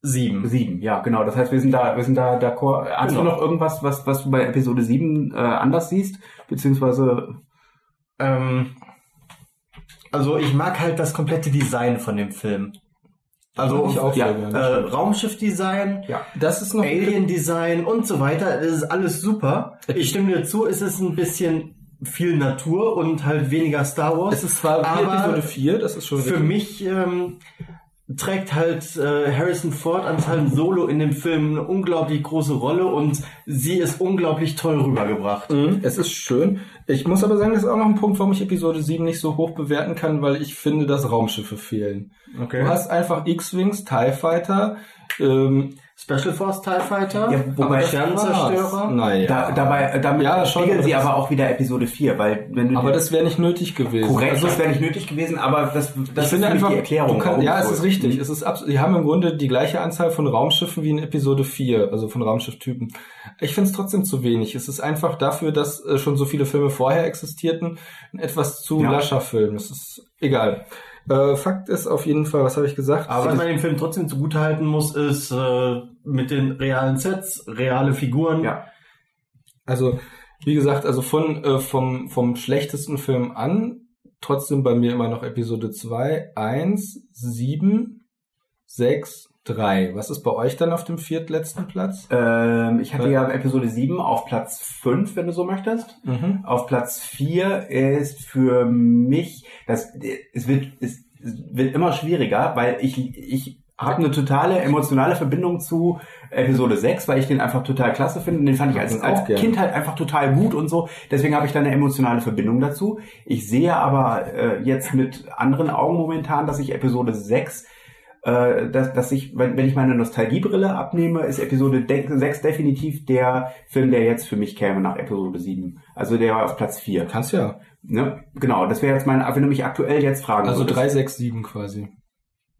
Speaker 3: sieben.
Speaker 1: Sieben, ja, genau. Das heißt, wir sind da, wir sind da d'accord. Hast du
Speaker 3: Genau.
Speaker 1: noch irgendwas, was, was du bei Episode sieben äh, anders siehst? Beziehungsweise,
Speaker 3: Ähm, also ich mag halt das komplette Design von dem Film. Also
Speaker 2: ich auch
Speaker 1: ja,
Speaker 2: sehr gerne.
Speaker 3: äh, Raumschiff-Design,
Speaker 1: ja.
Speaker 2: das ist noch
Speaker 3: Alien-Design und so weiter. Das ist alles super. Ich stimme dir zu, es ist ein bisschen viel Natur und halt weniger Star Wars.
Speaker 2: Es ist zwar wie
Speaker 3: Aber
Speaker 2: Episode 4, das ist schon
Speaker 3: Für
Speaker 1: Hm.
Speaker 2: richtig.
Speaker 3: mich ähm, trägt halt äh, Harrison Ford an seinem Solo in dem Film eine unglaublich große Rolle und sie ist unglaublich toll rübergebracht.
Speaker 1: Hm.
Speaker 2: Mhm, Es ist schön. Ich muss aber sagen, das ist auch noch ein Punkt, warum ich Episode 7 nicht so hoch bewerten kann, weil ich finde, dass Raumschiffe fehlen.
Speaker 3: Okay.
Speaker 2: Du hast einfach X-Wings, TIE Fighter, ähm,
Speaker 3: Special Force TIE Fighter,
Speaker 1: Ja, wobei-
Speaker 3: aber
Speaker 2: war's.
Speaker 3: Sternzerstörer.
Speaker 2: Naja.
Speaker 1: Da, dabei, äh, damit
Speaker 2: Ja,
Speaker 1: ja,
Speaker 2: schon,
Speaker 1: spiegeln
Speaker 2: aber
Speaker 1: sie
Speaker 2: das-
Speaker 1: aber auch wieder Episode vier, weil wenn du
Speaker 2: aber
Speaker 1: dir-
Speaker 2: das wäre nicht nötig gewesen.
Speaker 1: korrekt,
Speaker 2: Also-
Speaker 1: das wäre nicht nötig gewesen, aber das, das
Speaker 2: ich finde
Speaker 1: für mich
Speaker 2: einfach,
Speaker 1: die Erklärung. Mhm.
Speaker 2: du kann,
Speaker 1: warum
Speaker 2: ja,
Speaker 1: es
Speaker 2: es
Speaker 1: so
Speaker 2: ist richtig. Es ist absolut, die haben im Grunde die gleiche Anzahl von Raumschiffen wie in Episode 4, also von Raumschifftypen. Ich finde es trotzdem zu wenig. Es ist einfach dafür, dass äh, schon so viele Filme vorher existierten, ein etwas zu
Speaker 1: Ja.
Speaker 2: lascher Film. Das ist egal. Äh, Fakt ist auf jeden Fall, was habe ich
Speaker 1: Also
Speaker 2: gesagt? Also,
Speaker 3: Aber was man dem Film trotzdem zugutehalten muss, ist äh, mit den realen Sets, reale Figuren.
Speaker 1: Ja.
Speaker 2: Also, wie gesagt, also von, äh, vom, vom schlechtesten Film an, trotzdem bei mir immer noch Episode 2, 1, 7, 6, 3. Was ist bei euch dann auf dem viertletzten Platz?
Speaker 1: Ähm, ich
Speaker 2: Äh.
Speaker 1: hatte ja Episode sieben auf Platz fünf, wenn du so möchtest.
Speaker 2: Mhm.
Speaker 1: Auf Platz 4 ist für mich, das, es, wird, es wird immer schwieriger, weil ich, ich habe eine totale emotionale Verbindung zu Episode 6, weil ich den einfach total klasse finde. und Den fand ich als,
Speaker 2: Auch
Speaker 1: als
Speaker 2: gerne.
Speaker 1: Kind halt einfach total gut und so. Deswegen habe ich da eine emotionale Verbindung dazu. Ich sehe aber äh, jetzt mit anderen Augen momentan, dass ich Episode 6 äh, dass, dass ich, wenn, wenn ich meine Nostalgiebrille abnehme, ist Episode de 6 definitiv der Film, der jetzt für mich käme nach Episode 7. Also der war auf Platz 4.
Speaker 2: Kannst ja.
Speaker 1: Ne? Genau, das wäre jetzt mein, wenn du mich aktuell jetzt fragen
Speaker 2: Also
Speaker 1: würdest.
Speaker 2: 3, 6, 7 quasi.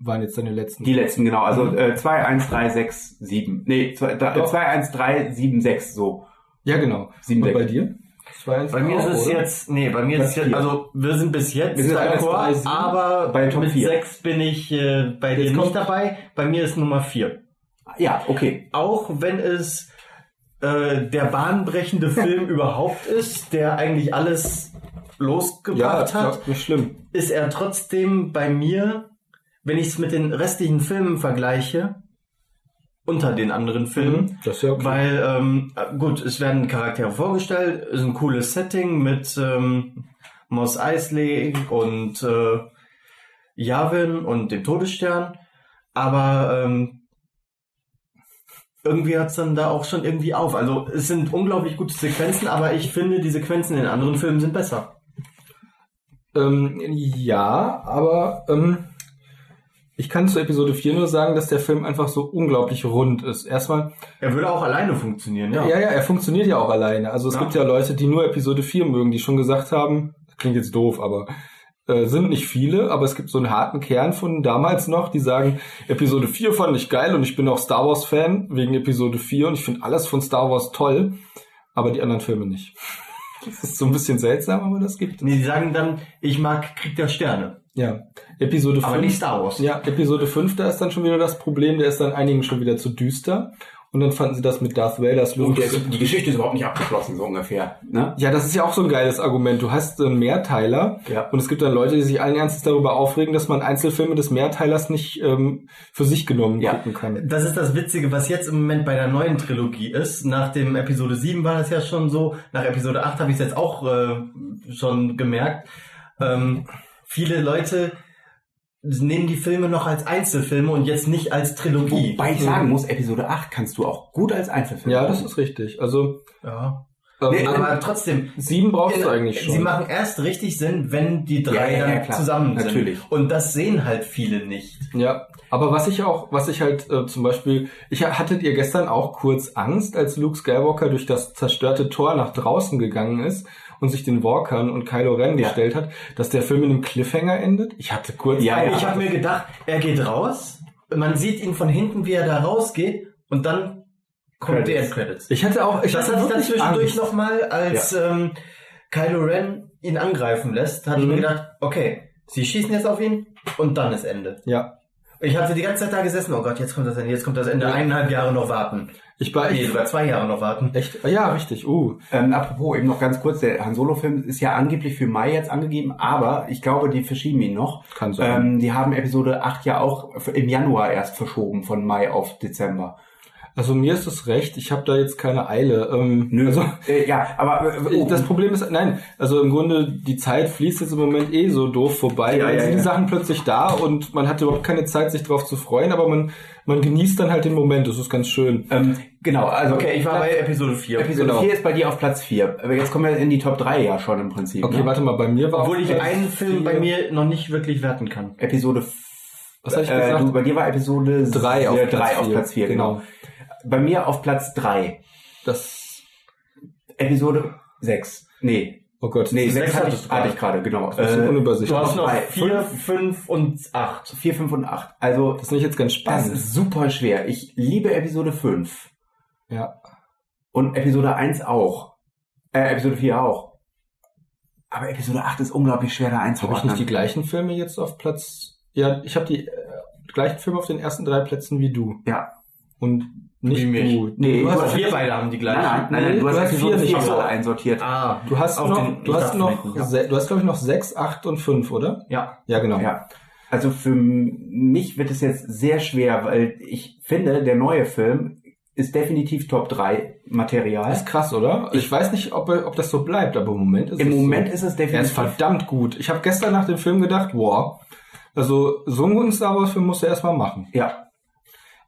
Speaker 2: Waren jetzt deine letzten.
Speaker 1: Die letzten, genau. Also äh, 2, 1, 3, 6, 7. Nee, 2, 3,
Speaker 2: Mhm. Doch.
Speaker 1: 2, 1, 3, 7, 6, so.
Speaker 2: ja, genau.
Speaker 1: Sieben,
Speaker 2: Und bei
Speaker 1: sechs.
Speaker 2: dir? Zwei, eins,
Speaker 3: Bei mir
Speaker 2: auch,
Speaker 3: ist es
Speaker 2: oder?
Speaker 3: jetzt, nee, bei mir ist es
Speaker 1: Platz
Speaker 3: jetzt,
Speaker 1: vier.
Speaker 3: also wir sind bis jetzt
Speaker 1: Wir sind bei
Speaker 2: Platz drei,
Speaker 3: d'accord,
Speaker 2: sieben.
Speaker 3: aber
Speaker 1: Bei Top
Speaker 3: mit
Speaker 1: vier.
Speaker 3: sechs bin ich äh, bei
Speaker 2: Jetzt
Speaker 3: dir nicht
Speaker 2: kommt-
Speaker 3: dabei. Bei mir ist Nummer vier.
Speaker 1: Ja, okay.
Speaker 3: auch wenn es äh, der bahnbrechende Film überhaupt ist, der eigentlich alles
Speaker 2: Ja,
Speaker 3: losgebracht hat,
Speaker 2: ja, nicht schlimm.
Speaker 3: ist er trotzdem bei mir, wenn ich es mit den restlichen Filmen vergleiche, unter den anderen Filmen.
Speaker 2: Mhm. Das ist ja okay.
Speaker 3: Weil, ähm, gut, es werden Charaktere vorgestellt, ist ein cooles Setting mit ähm, Mos Eisley und äh, Yavin und dem Todesstern, aber ähm, irgendwie hört's dann da auch schon irgendwie auf. Also es sind unglaublich gute Sequenzen, aber ich finde, die Sequenzen in anderen Filmen sind besser.
Speaker 2: Ähm, ja, aber ähm, Ich kann zu Episode 4 nur sagen, dass der Film einfach so unglaublich rund ist. Erstmal,
Speaker 3: Er würde auch alleine funktionieren,
Speaker 2: ja,
Speaker 3: ja.
Speaker 2: ja, er funktioniert ja auch alleine. Also es
Speaker 3: Ja.
Speaker 2: gibt ja Leute, die nur Episode 4 mögen, die schon gesagt haben, klingt jetzt doof, aber äh, sind nicht viele, aber es gibt so einen harten Kern von damals noch, die sagen, Episode 4 fand ich geil und ich bin auch Star Wars Fan wegen Episode 4 und ich finde alles von Star Wars toll, aber die anderen Filme nicht. Das ist so ein bisschen seltsam, aber das gibt es.
Speaker 3: Nee, die sagen dann, ich mag Krieg der Sterne,
Speaker 2: Ja. Episode 5.
Speaker 3: aber nicht Star Wars.
Speaker 2: Ja, Episode 5, da ist dann schon wieder das Problem, der ist dann einigen schon wieder zu düster. Und dann fanden sie das mit Darth Vader's
Speaker 1: Und
Speaker 2: Luke.
Speaker 1: der ist, die Geschichte ist überhaupt nicht abgeschlossen, so ungefähr. Ne?
Speaker 2: Ja, das ist ja auch so ein geiles Argument. Du hast einen Mehrteiler
Speaker 1: Ja.
Speaker 2: und es gibt dann Leute, die sich allen Ernstes darüber aufregen, dass man Einzelfilme des Mehrteilers nicht ähm, für sich genommen
Speaker 1: Ja.
Speaker 2: gucken kann.
Speaker 3: Das ist das Witzige, was jetzt im Moment bei der neuen Trilogie ist. Nach dem Episode 7 war das ja schon so. Nach Episode 8 habe ich es jetzt auch äh, schon gemerkt. Ähm, viele Leute nehmen die Filme noch als Einzelfilme und jetzt nicht als Trilogie.
Speaker 1: Wobei ich sagen muss, Mhm. Episode 8 kannst du auch gut als Einzelfilm
Speaker 2: Ja,
Speaker 1: gucken.
Speaker 2: das ist richtig. Also
Speaker 3: Ja.
Speaker 2: ähm,
Speaker 3: Nee, aber Äh, trotzdem.
Speaker 2: sieben brauchst du eigentlich schon.
Speaker 3: Sie machen erst richtig Sinn, wenn die
Speaker 1: Ja,
Speaker 3: drei
Speaker 1: ja, ja,
Speaker 3: dann
Speaker 1: klar.
Speaker 3: zusammen sind.
Speaker 1: Natürlich.
Speaker 3: Und das sehen halt viele nicht.
Speaker 2: Ja, aber was ich auch, was ich halt äh, zum Beispiel, ich hattet ihr gestern auch kurz Angst, als Luke Skywalker durch das zerstörte Tor nach draußen gegangen ist und sich den Walkern und Kylo Ren
Speaker 1: Ja.
Speaker 2: gestellt hat, dass der Film in einem Cliffhanger endet? Ich hatte kurz
Speaker 1: Ja,
Speaker 2: Angst.
Speaker 3: Ich habe mir gedacht, er geht raus, man sieht ihn von hinten, wie er da rausgeht und dann kommt die
Speaker 1: Credits.
Speaker 3: Endcredits.
Speaker 2: ich hatte auch, ich
Speaker 3: das
Speaker 2: hatte
Speaker 3: hatte ich dann
Speaker 2: wirklich
Speaker 3: zwischendurch
Speaker 2: Angst.
Speaker 3: nochmal, als ähm, Kylo Ren ihn angreifen lässt, hatte ich
Speaker 2: Mhm.
Speaker 3: mir gedacht, okay, sie schießen jetzt auf ihn und dann ist Ende.
Speaker 2: Ja,
Speaker 3: Ich hatte die ganze Zeit da gesessen, oh Gott, jetzt kommt das Ende, jetzt kommt das Ende,
Speaker 2: Ja.
Speaker 3: eineinhalb Jahre noch warten.
Speaker 2: ich war
Speaker 3: Nee,
Speaker 2: ich,
Speaker 3: sogar zwei Jahre noch warten.
Speaker 2: echt, ja richtig. Uh,
Speaker 1: Ähm, apropos, eben noch ganz kurz, der Han Solo-Film ist ja angeblich für Mai jetzt angegeben, aber ich glaube, die verschieben ihn noch.
Speaker 2: kann sein.
Speaker 1: Ähm, die haben Episode 8 ja auch f- im Januar erst verschoben, von Mai auf Dezember.
Speaker 2: also mir ist es recht. Ich habe da jetzt keine Eile. Ähm, Also
Speaker 1: Äh, ja, aber äh, oh,
Speaker 2: Das Problem ist, nein, also im Grunde, die Zeit fließt jetzt im Moment eh so doof vorbei.
Speaker 1: Ja,
Speaker 2: dann
Speaker 1: ja,
Speaker 2: sind die
Speaker 1: ja.
Speaker 2: Sachen plötzlich da und man hat überhaupt keine Zeit, sich drauf zu freuen, aber man, man genießt dann halt den Moment. Das ist ganz schön.
Speaker 1: ähm, genau, also
Speaker 3: Okay, ich war bei Episode 4.
Speaker 1: Episode
Speaker 2: genau.
Speaker 1: 4 ist bei dir auf Platz 4. Aber jetzt kommen wir in die Top 3 ja schon im Prinzip.
Speaker 2: Okay,
Speaker 1: ne?
Speaker 2: warte mal, bei mir war.
Speaker 3: Obwohl ich
Speaker 2: Platz
Speaker 3: einen Film bei
Speaker 2: vier-
Speaker 3: mir noch nicht wirklich werten kann.
Speaker 1: Episode f-
Speaker 2: Was hab ich
Speaker 1: äh,
Speaker 2: gesagt?
Speaker 1: du, bei dir war Episode
Speaker 2: Drei auf
Speaker 1: ja,
Speaker 2: Platz
Speaker 1: drei auf
Speaker 2: vier.
Speaker 1: Platz 4, genau.
Speaker 2: Genau.
Speaker 1: Bei mir auf Platz 3.
Speaker 2: Das.
Speaker 1: Episode 6. Nee,
Speaker 2: Oh Gott.
Speaker 1: nee,
Speaker 2: das
Speaker 3: sechs
Speaker 1: 6 hatte
Speaker 3: hattest
Speaker 1: ich,
Speaker 3: du
Speaker 1: hatte ich gerade, genau.
Speaker 2: ist ein bisschen
Speaker 3: Du
Speaker 2: unübersichtlich.
Speaker 3: hast noch
Speaker 1: Drei,
Speaker 3: 4, 5 und 8.
Speaker 1: 4, 5 und 8. Also,
Speaker 2: Das finde ich jetzt ganz
Speaker 1: das
Speaker 2: spannend.
Speaker 1: ist super schwer. Ich liebe Episode 5
Speaker 2: ja.
Speaker 1: und Episode 1 auch. Äh, Episode 4 auch. Aber Episode 8 ist unglaublich schwer da
Speaker 2: Habe ich nicht die
Speaker 1: einzuordnen.
Speaker 2: gleichen Filme jetzt auf Platz. Ja, ich habe die äh, gleichen Filme auf den ersten drei Plätzen wie du.
Speaker 1: Ja.
Speaker 2: Und nicht
Speaker 3: Wie mich.
Speaker 2: du.
Speaker 1: Nee,
Speaker 2: du hast
Speaker 1: aber
Speaker 3: Wir beide haben die gleichen.
Speaker 1: Nein, nein, nein, nein,
Speaker 2: Nee,
Speaker 1: du hast Episode 4
Speaker 2: nicht.
Speaker 1: nicht
Speaker 2: Ach so.
Speaker 1: alle einsortiert.
Speaker 3: Ah,
Speaker 2: Du hast
Speaker 3: auf
Speaker 2: noch,
Speaker 3: den-
Speaker 2: du hast
Speaker 3: ich dachte
Speaker 2: noch,
Speaker 3: nicht, ja.
Speaker 2: se- du hast glaube ich noch sechs, acht und fünf, oder?
Speaker 3: Ja.
Speaker 2: Ja, genau.
Speaker 1: Ja. Also für mich wird es jetzt sehr schwer, weil ich finde, der neue Film ist definitiv Top 3
Speaker 2: Das
Speaker 1: Material.
Speaker 2: ist krass, oder? Also Ich weiß nicht, ob, er- ob das so bleibt, aber im Moment ist
Speaker 1: Im
Speaker 2: es
Speaker 1: Moment
Speaker 2: so.
Speaker 1: ist es
Speaker 2: er ist
Speaker 1: definitiv.
Speaker 2: verdammt gut. Ich habe gestern nach dem Film gedacht, wow, also so einen guten Star Wars Film musst du erstmal machen.
Speaker 1: ja,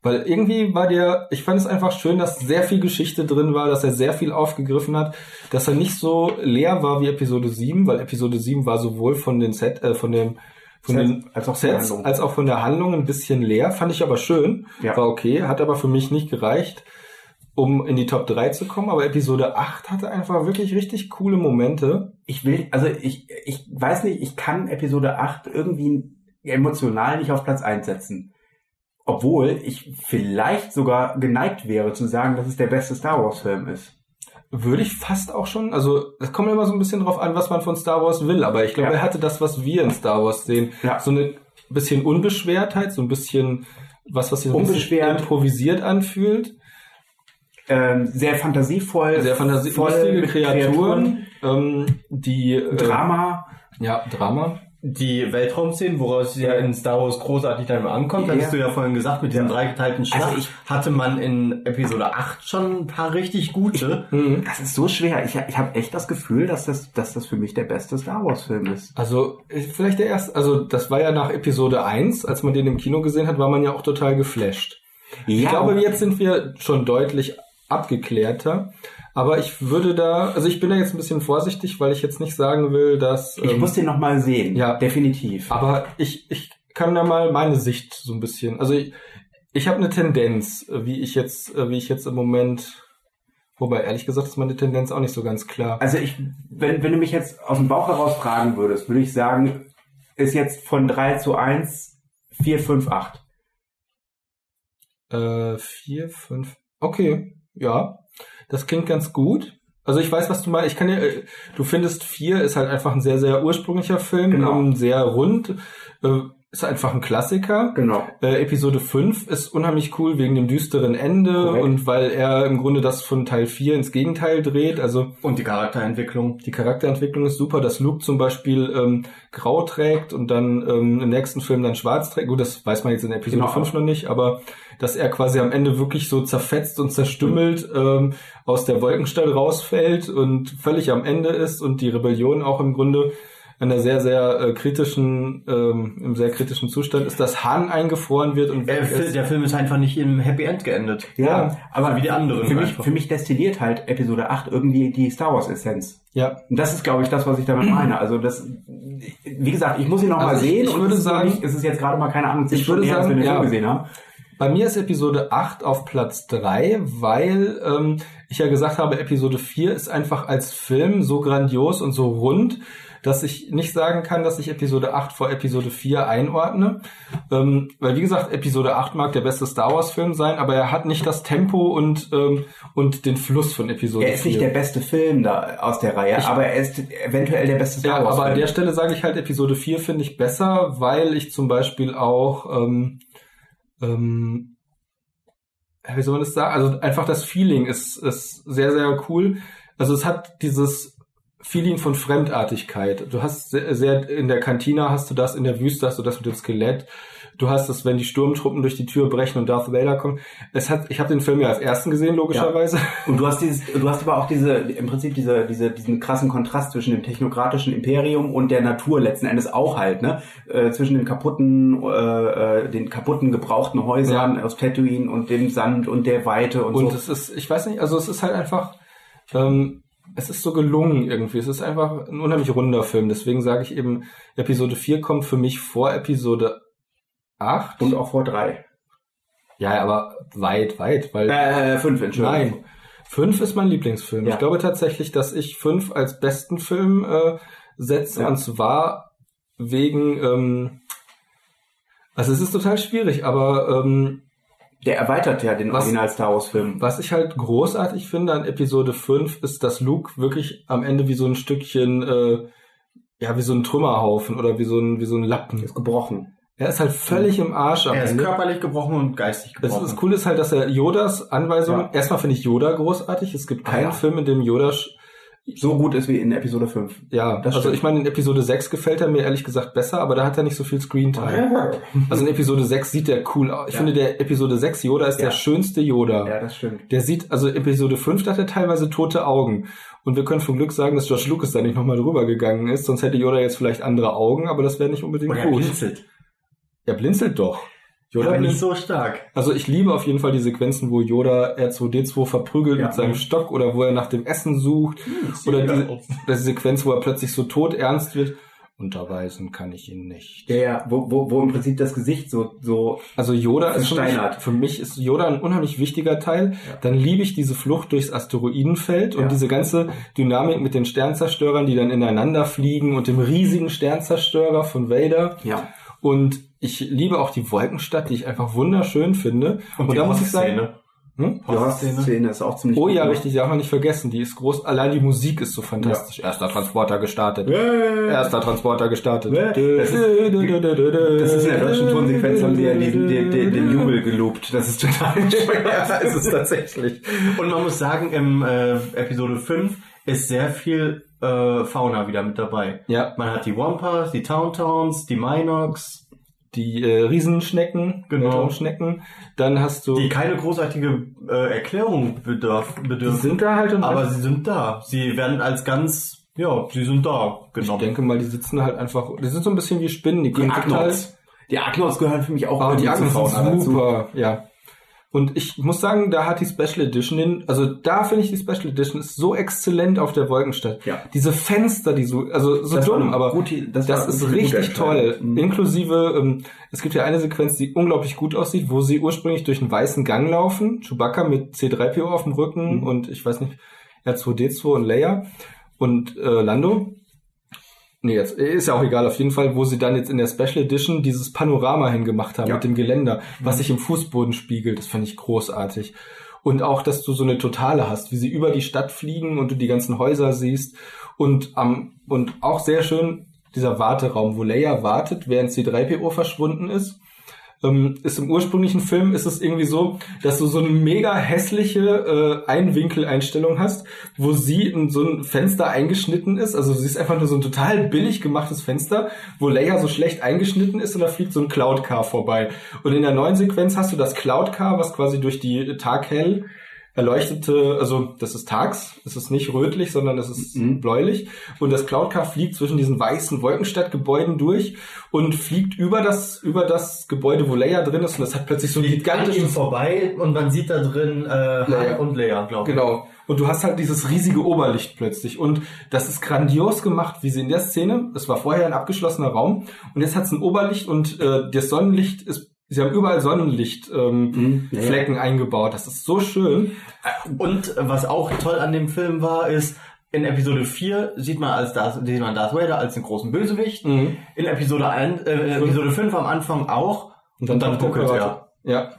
Speaker 2: Weil irgendwie war der, ich fand es einfach schön, dass sehr viel Geschichte drin war, dass er sehr viel aufgegriffen hat, dass er nicht so leer war wie Episode 7, weil Episode 7 war sowohl von den Set, äh, von dem, von
Speaker 1: Sets
Speaker 2: den
Speaker 1: als auch von der
Speaker 2: Sets,
Speaker 1: Handlung.
Speaker 2: als auch von der Handlung ein bisschen leer, fand ich aber schön.
Speaker 1: Ja.
Speaker 2: War okay, hat aber für mich nicht gereicht, um in die Top 3 zu kommen. Aber Episode 8 hatte einfach wirklich richtig coole Momente.
Speaker 1: ich will, also ich, ich weiß nicht, ich kann Episode 8 irgendwie emotional nicht auf Platz 1 setzen. Obwohl ich vielleicht sogar geneigt wäre zu sagen, dass es der beste Star Wars Film ist.
Speaker 2: Würde ich fast auch schon, also es kommt immer so ein bisschen drauf an, was man von Star Wars will, aber ich glaube,
Speaker 1: Ja.
Speaker 2: er hatte das, was wir in Star Wars sehen.
Speaker 1: Ja.
Speaker 2: So eine bisschen Unbeschwertheit, so ein bisschen was, was sich so ein bisschen
Speaker 1: Unbeschwert.
Speaker 2: improvisiert anfühlt. Also
Speaker 1: Ähm, sehr fantasievoll,
Speaker 2: Sehr
Speaker 1: voll
Speaker 2: fantasievolle
Speaker 1: mit
Speaker 2: Kreaturen, ähm, die äh,
Speaker 1: Drama.
Speaker 2: Ja, Drama.
Speaker 3: Die Weltraumszenen, woraus ja in Star Wars großartig dann immer ankommt,
Speaker 1: Ja.
Speaker 3: hattest du ja vorhin gesagt, mit diesem dreigeteilten Schlacht,
Speaker 1: Also ich-
Speaker 3: hatte man in Episode 8 schon ein paar richtig gute.
Speaker 2: Mhm.
Speaker 1: Das ist so schwer. Ich, ich habe echt das Gefühl, dass das, dass das für mich der beste Star Wars-Film ist.
Speaker 2: Also, äh, vielleicht der erste, also das war ja nach Episode 1, als man den im Kino gesehen hat, war man ja auch total geflasht. Ich
Speaker 1: Ja.
Speaker 2: glaube, jetzt sind wir schon deutlich abgeklärter. Aber ich würde da, also ich bin da jetzt ein bisschen vorsichtig, weil ich jetzt nicht sagen will, dass.
Speaker 1: Ich
Speaker 2: ähm,
Speaker 1: muss den nochmal sehen.
Speaker 2: Ja.
Speaker 1: Definitiv.
Speaker 2: aber ich, ich kann da mal meine Sicht so ein bisschen. Also ich, ich habe eine Tendenz, äh, wie ich jetzt, wie ich jetzt im Moment. Wobei, ehrlich gesagt, ist meine Tendenz auch nicht so ganz klar.
Speaker 1: Also ich, wenn, wenn du mich jetzt aus dem Bauch heraus fragen würdest, würde ich sagen, ist jetzt von 3 zu 1 4, 5, 8.
Speaker 2: Äh, vier, fünf. Okay, ja. Das klingt ganz gut. Also ich weiß, was du meinst. Ich kann ja, äh, du findest vier ist halt einfach ein sehr, sehr ursprünglicher Film,
Speaker 1: Genau.
Speaker 2: ähm, sehr rund, äh, ist einfach ein Klassiker.
Speaker 1: Genau.
Speaker 2: Äh, Episode 5 ist unheimlich cool wegen dem düsteren Ende
Speaker 1: Korrekt.
Speaker 2: und weil er im Grunde das von Teil 4 ins Gegenteil dreht. Also
Speaker 3: Und die Charakterentwicklung.
Speaker 2: die Charakterentwicklung ist super, dass Luke zum Beispiel ähm, grau trägt und dann ähm, im nächsten Film dann schwarz trägt. Gut, das weiß man jetzt in Episode
Speaker 1: Genau.
Speaker 2: 5 noch nicht, aber dass er quasi am Ende wirklich so zerfetzt und zerstümmelt
Speaker 1: Mhm.
Speaker 2: ähm, aus der Wolkenstall rausfällt und völlig am Ende ist und die Rebellion auch im Grunde in einer sehr, sehr äh, kritischen, ähm, im sehr kritischen Zustand ist, dass Han eingefroren wird und
Speaker 3: Der,
Speaker 2: weg
Speaker 3: Fi-
Speaker 2: ist.
Speaker 3: der Film ist einfach nicht im Happy End geendet.
Speaker 1: Ja,
Speaker 2: Ja,
Speaker 1: aber
Speaker 3: so wie die anderen
Speaker 1: Für mich,
Speaker 3: einfach.
Speaker 1: für mich destilliert halt Episode 8 irgendwie die Star Wars Essenz.
Speaker 2: Ja,
Speaker 1: Und das ist, glaube ich, das, was ich damit meine. Also das, wie gesagt, ich muss ihn noch mal
Speaker 2: Also ich-
Speaker 1: sehen.
Speaker 2: ich
Speaker 1: und
Speaker 2: würde
Speaker 1: es ist noch
Speaker 2: sagen-
Speaker 1: nicht- es ist jetzt gerade mal keine Ahnung, zehn
Speaker 2: Ich würde
Speaker 1: Stunden her, dass wir
Speaker 2: sagen,
Speaker 1: den Film
Speaker 2: ja.
Speaker 1: gesehen haben.
Speaker 2: Bei mir ist Episode 8 auf Platz 3, weil ähm, ich ja gesagt habe, Episode 4 ist einfach als Film so grandios und so rund, dass ich nicht sagen kann, dass ich Episode 8 vor Episode 4 einordne. Ähm, weil wie gesagt, Episode 8 mag der beste Star Wars-Film sein, aber er hat nicht das Tempo und, ähm, und den Fluss von Episode
Speaker 1: Er ist
Speaker 2: 4.
Speaker 1: nicht der beste Film da aus der Reihe,
Speaker 2: Ich-
Speaker 1: aber er ist eventuell der beste Star
Speaker 2: Ja,
Speaker 1: Wars
Speaker 2: aber an
Speaker 1: Film.
Speaker 2: der Stelle sage ich halt, Episode 4 finde ich besser, weil ich zum Beispiel auch, ähm, ähm, wie soll man das sagen? Also einfach das Feeling ist, ist sehr, sehr cool. Also es hat dieses Feeling von Fremdartigkeit. Du hast sehr, sehr in der Kantine hast du das, in der Wüste hast du das mit dem Skelett. Du hast es, wenn die Sturmtruppen durch die Tür brechen und Darth Vader kommt. Es hat, ich habe den Film ja als ersten gesehen, logischerweise.
Speaker 1: Und du hast dieses, du hast aber auch diese, im Prinzip diese, diese, diesen krassen Kontrast zwischen dem technokratischen Imperium und der Natur letzten Endes auch halt, ne? Äh, zwischen den kaputten, äh, äh, den kaputten gebrauchten Häusern aus Tatooine und dem Sand und der Weite und,
Speaker 2: Und
Speaker 1: so.
Speaker 2: es ist, ich weiß nicht, also es ist halt einfach, ähm, es ist so gelungen irgendwie. Es ist einfach ein unheimlich runder Film. Deswegen sage ich eben, Episode 4 kommt für mich vor Episode 8.
Speaker 1: Und auch vor drei.
Speaker 2: ja, ja, aber weit, weit, weil.
Speaker 1: Äh, fünf, Entschuldigung.
Speaker 2: nein. 5 ist mein Lieblingsfilm.
Speaker 1: Ja.
Speaker 2: Ich glaube tatsächlich, dass ich 5 als besten Film äh, setze.
Speaker 1: Ja.
Speaker 2: Und zwar wegen. Ähm, also es ist total schwierig, aber ähm,
Speaker 1: Der erweitert ja den
Speaker 2: Was-
Speaker 1: Original Star Wars Film.
Speaker 2: Was ich halt großartig finde an Episode 5 ist, dass Luke wirklich am Ende wie so ein Stückchen, äh, ja, wie so ein Trümmerhaufen oder wie so ein, wie so ein Lappen.
Speaker 1: Ist gebrochen.
Speaker 2: Er ist halt völlig im Arsch am
Speaker 3: Er ist
Speaker 2: Ende.
Speaker 3: körperlich gebrochen und geistig
Speaker 2: Das,
Speaker 3: gebrochen.
Speaker 2: das Coole ist halt, dass er Yodas Anweisungen.
Speaker 1: Ja.
Speaker 2: Erstmal finde ich Yoda großartig. Es gibt
Speaker 1: Ah,
Speaker 2: keinen
Speaker 1: ja.
Speaker 2: Film, in dem Yoda. sch-
Speaker 1: So gut ist wie in Episode 5.
Speaker 2: Ja,
Speaker 1: Das
Speaker 2: also
Speaker 1: stimmt.
Speaker 2: ich meine, in Episode 6 gefällt er mir ehrlich gesagt besser, aber da hat er nicht so viel Screentime. Also in Episode 6 sieht der cool aus. Ich
Speaker 1: Ja.
Speaker 2: finde, der Episode 6 Yoda ist
Speaker 1: Ja.
Speaker 2: der schönste Yoda.
Speaker 1: Ja, das stimmt.
Speaker 2: Der sieht, also Episode 5 hat er teilweise tote Augen. Und wir können vom Glück sagen, dass George Lucas da nicht nochmal drüber gegangen ist, sonst hätte Yoda jetzt vielleicht andere Augen, aber das wäre nicht unbedingt
Speaker 3: Und er
Speaker 2: gut.
Speaker 3: blinzelt.
Speaker 2: er blinzelt doch. Yoda
Speaker 3: Aber nicht
Speaker 2: blinzelt.
Speaker 3: so stark.
Speaker 2: Also ich liebe auf jeden Fall die Sequenzen, wo Yoda R2D2 verprügelt
Speaker 1: Ja.
Speaker 2: mit seinem Stock oder wo er nach dem Essen sucht. Oder die, die Sequenz, wo er plötzlich so tot ernst wird. Unterweisen kann ich ihn nicht.
Speaker 1: Ja, ja, wo, wo, wo im Prinzip das Gesicht so, so
Speaker 2: Also Yoda ist für mich,
Speaker 1: Versteinert.
Speaker 2: für mich ist Yoda ein unheimlich wichtiger Teil.
Speaker 1: Ja.
Speaker 2: Dann liebe ich diese Flucht durchs Asteroidenfeld und
Speaker 1: Ja.
Speaker 2: diese ganze Dynamik mit den Sternzerstörern, die dann ineinander fliegen und dem riesigen Sternzerstörer von Vader.
Speaker 1: ja.
Speaker 2: Und ich liebe auch die Wolkenstadt, die ich einfach wunderschön finde. Und, da muss ich sagen, hm?
Speaker 1: Die Horst-Szene ist auch ziemlich
Speaker 2: oh
Speaker 1: gut ne?
Speaker 2: ja,
Speaker 1: gemacht.
Speaker 2: richtig, die darf man nicht vergessen. Die ist groß. Allein die Musik ist so fantastisch. Erster Transporter gestartet. Erster Transporter gestartet.
Speaker 1: Das Das ist in der deutschen Tonsequenz, haben sie ja diesen, den, den, den Jubel gelobt. Das ist total
Speaker 2: Ja,
Speaker 1: schwer.
Speaker 2: ist es tatsächlich.
Speaker 3: Und man muss sagen, im äh, Episode 5 ist sehr viel äh, Fauna wieder mit dabei.
Speaker 2: Ja,
Speaker 3: Man hat die Wampas, die Towntowns, die Minox,
Speaker 2: die äh, Riesenschnecken,
Speaker 3: Genau.
Speaker 2: Turmschnecken. Dann hast du.
Speaker 3: die keine großartige äh, Erklärung bedarf,
Speaker 2: die
Speaker 3: bedürfen.
Speaker 2: sind da halt und
Speaker 3: aber sie sind da. Sie werden als ganz, ja, sie sind da
Speaker 2: ich
Speaker 3: genommen.
Speaker 2: denke mal, die sitzen halt einfach. Die sind so ein bisschen wie Spinnen. Die können total.
Speaker 1: Ah, Die Agnos gehören für mich auch
Speaker 2: Oh, die
Speaker 1: irgendwie
Speaker 2: Agnes
Speaker 1: zu
Speaker 2: sind
Speaker 1: Fauna dazu.
Speaker 2: super. Ja. Und ich muss sagen, da hat die Special Edition, den, also da finde ich die Special Edition ist so exzellent auf der Wolkenstadt.
Speaker 1: Ja.
Speaker 2: Diese Fenster, die so, also so
Speaker 1: Das war
Speaker 2: dumm,
Speaker 1: eine
Speaker 2: aber
Speaker 1: gute- das
Speaker 2: das,
Speaker 1: war
Speaker 2: ist
Speaker 1: wirklich eine
Speaker 2: richtig
Speaker 1: gute
Speaker 2: toll.
Speaker 1: Entscheidung. Mhm.
Speaker 2: Inklusive, ähm, es gibt ja eine Sequenz, die unglaublich gut aussieht, wo sie ursprünglich durch einen weißen Gang laufen. Chewbacca mit C3PO auf dem Rücken
Speaker 1: Mhm.
Speaker 2: und ich weiß nicht, R2D2 und Leia und äh, Lando. Nee, jetzt ist ja auch egal, auf jeden Fall, wo sie dann jetzt in der Special Edition dieses Panorama hingemacht haben
Speaker 1: Ja.
Speaker 2: mit dem Geländer, was sich im Fußboden spiegelt, das fand ich großartig. Und auch, dass du so eine Totale hast, wie sie über die Stadt fliegen und du die ganzen Häuser siehst. Und, am und auch sehr schön dieser Warteraum, wo Leia wartet, während C3PO verschwunden ist. Ähm, ist im ursprünglichen Film ist es irgendwie so, dass du so eine mega hässliche äh, Einwinkeleinstellung hast, wo sie in so ein Fenster eingeschnitten ist. Also sie ist einfach nur so ein total billig gemachtes Fenster, wo Leia so schlecht eingeschnitten ist und da fliegt so ein Cloud Car vorbei. Und in der neuen Sequenz hast du das Cloud Car, was quasi durch die taghell erleuchtete, also das ist tags, es ist nicht rötlich, sondern es ist
Speaker 1: Mhm.
Speaker 2: bläulich. Und das Cloud Car fliegt zwischen diesen weißen Wolkenstadtgebäuden durch und fliegt über das, über das Gebäude, wo Leia drin ist. Und das hat plötzlich so ein
Speaker 3: Die an ihm
Speaker 2: gigantisches...
Speaker 3: vorbei und man sieht da drin äh, Han und Leia, glaube ich.
Speaker 2: Genau. Und du hast halt dieses riesige Oberlicht plötzlich. Und das ist grandios gemacht, wie sie in der Szene, es war vorher ein abgeschlossener Raum, und jetzt hat es ein Oberlicht und äh, das Sonnenlicht ist, sie haben überall Sonnenlicht. Ähm,
Speaker 1: Mhm, ja, ja.
Speaker 2: Flecken eingebaut. Das ist so schön. Genau.
Speaker 3: Und äh, was auch toll an dem Film war, ist, in Episode 4 sieht man, als Darth, sieht man Darth Vader als den großen Bösewicht. In Episode, 1, äh, Episode 5 am Anfang auch. Und dann, buckelt er.
Speaker 2: Ja,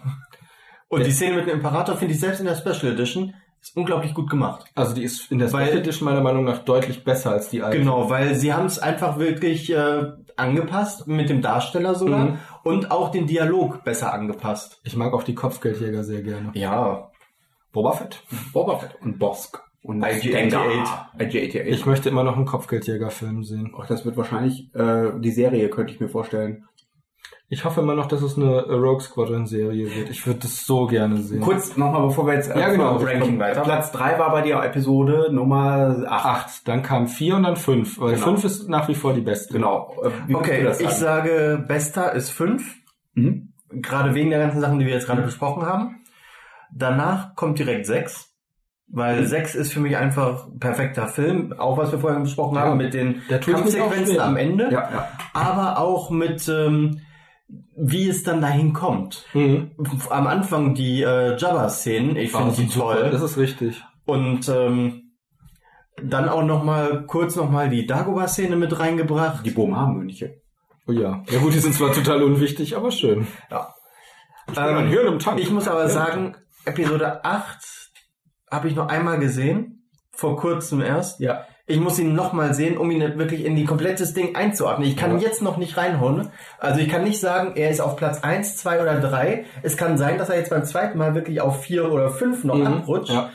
Speaker 3: Und die Szene mit dem Imperator finde ich selbst in der Special Edition ist unglaublich gut gemacht.
Speaker 2: also die ist in der
Speaker 3: Weil-
Speaker 2: Special Edition meiner Meinung nach deutlich besser als die alte.
Speaker 3: Genau, weil sie haben es einfach wirklich äh, angepasst, mit dem Darsteller sogar,
Speaker 2: Mhm.
Speaker 3: und auch den Dialog besser angepasst.
Speaker 2: Ich mag auch die Kopfgeldjäger sehr gerne.
Speaker 3: Ja.
Speaker 2: Boba Fett.
Speaker 1: Boba Fett und Bosk. Und
Speaker 3: IG-88.
Speaker 1: Dengar. IG-88.
Speaker 2: Ich möchte immer noch einen Kopfgeldjäger-Film sehen.
Speaker 1: Och, oh, das wird wahrscheinlich äh, die Serie, könnte ich mir vorstellen.
Speaker 2: Ich hoffe immer noch, dass es eine Rogue Squadron-Serie wird. Ich würde das so gerne sehen.
Speaker 1: Kurz nochmal, bevor wir jetzt äh,
Speaker 2: Ja, genau,
Speaker 1: vom
Speaker 3: Ranking weiter.
Speaker 1: Platz 3 war bei dir Episode Nummer 8.
Speaker 2: Acht, dann kam vier und dann fünf. Weil
Speaker 1: Genau.
Speaker 2: fünf ist nach wie vor die beste.
Speaker 1: Genau. Äh, wie würdest du
Speaker 3: Okay,
Speaker 1: das
Speaker 3: ich
Speaker 1: sagen?
Speaker 3: sage, Besta ist 5.
Speaker 1: Mhm.
Speaker 3: gerade wegen der ganzen Sachen, die wir jetzt gerade besprochen haben. Danach kommt direkt 6, weil 6 ist für mich einfach ein perfekter Film, auch was wir vorhin besprochen
Speaker 2: Ja.
Speaker 3: haben mit den
Speaker 2: Da tue ich mich auch
Speaker 3: Kampfsequenzen
Speaker 2: schwer.
Speaker 3: am Ende,
Speaker 1: Ja, ja.
Speaker 3: aber auch mit ähm, wie es dann dahin kommt.
Speaker 2: Mhm.
Speaker 3: Am Anfang die äh, Jabba-Szenen, ich finde sie toll.
Speaker 2: Das ist richtig.
Speaker 3: Und ähm, dann auch noch mal kurz noch mal die Dagobah-Szene mit reingebracht.
Speaker 1: Die Bomar-Mönche.
Speaker 2: Oh ja. Ja gut, die sind zwar total unwichtig, aber schön.
Speaker 3: Ähm,
Speaker 2: Ein Hirn im Tank.
Speaker 3: Ich muss aber sagen, Episode 8 habe ich nur einmal gesehen, vor kurzem erst.
Speaker 1: Ja.
Speaker 3: Ich muss ihn nochmal sehen, um ihn wirklich in die komplettes Ding einzuordnen. Ich kann ihn jetzt noch nicht reinhauen. Also ich kann nicht sagen, er ist auf Platz 1, 2 oder 3. Es kann sein, dass er jetzt beim zweiten Mal wirklich auf 4 oder 5 noch
Speaker 2: Mhm.
Speaker 3: abrutscht.
Speaker 2: Ja.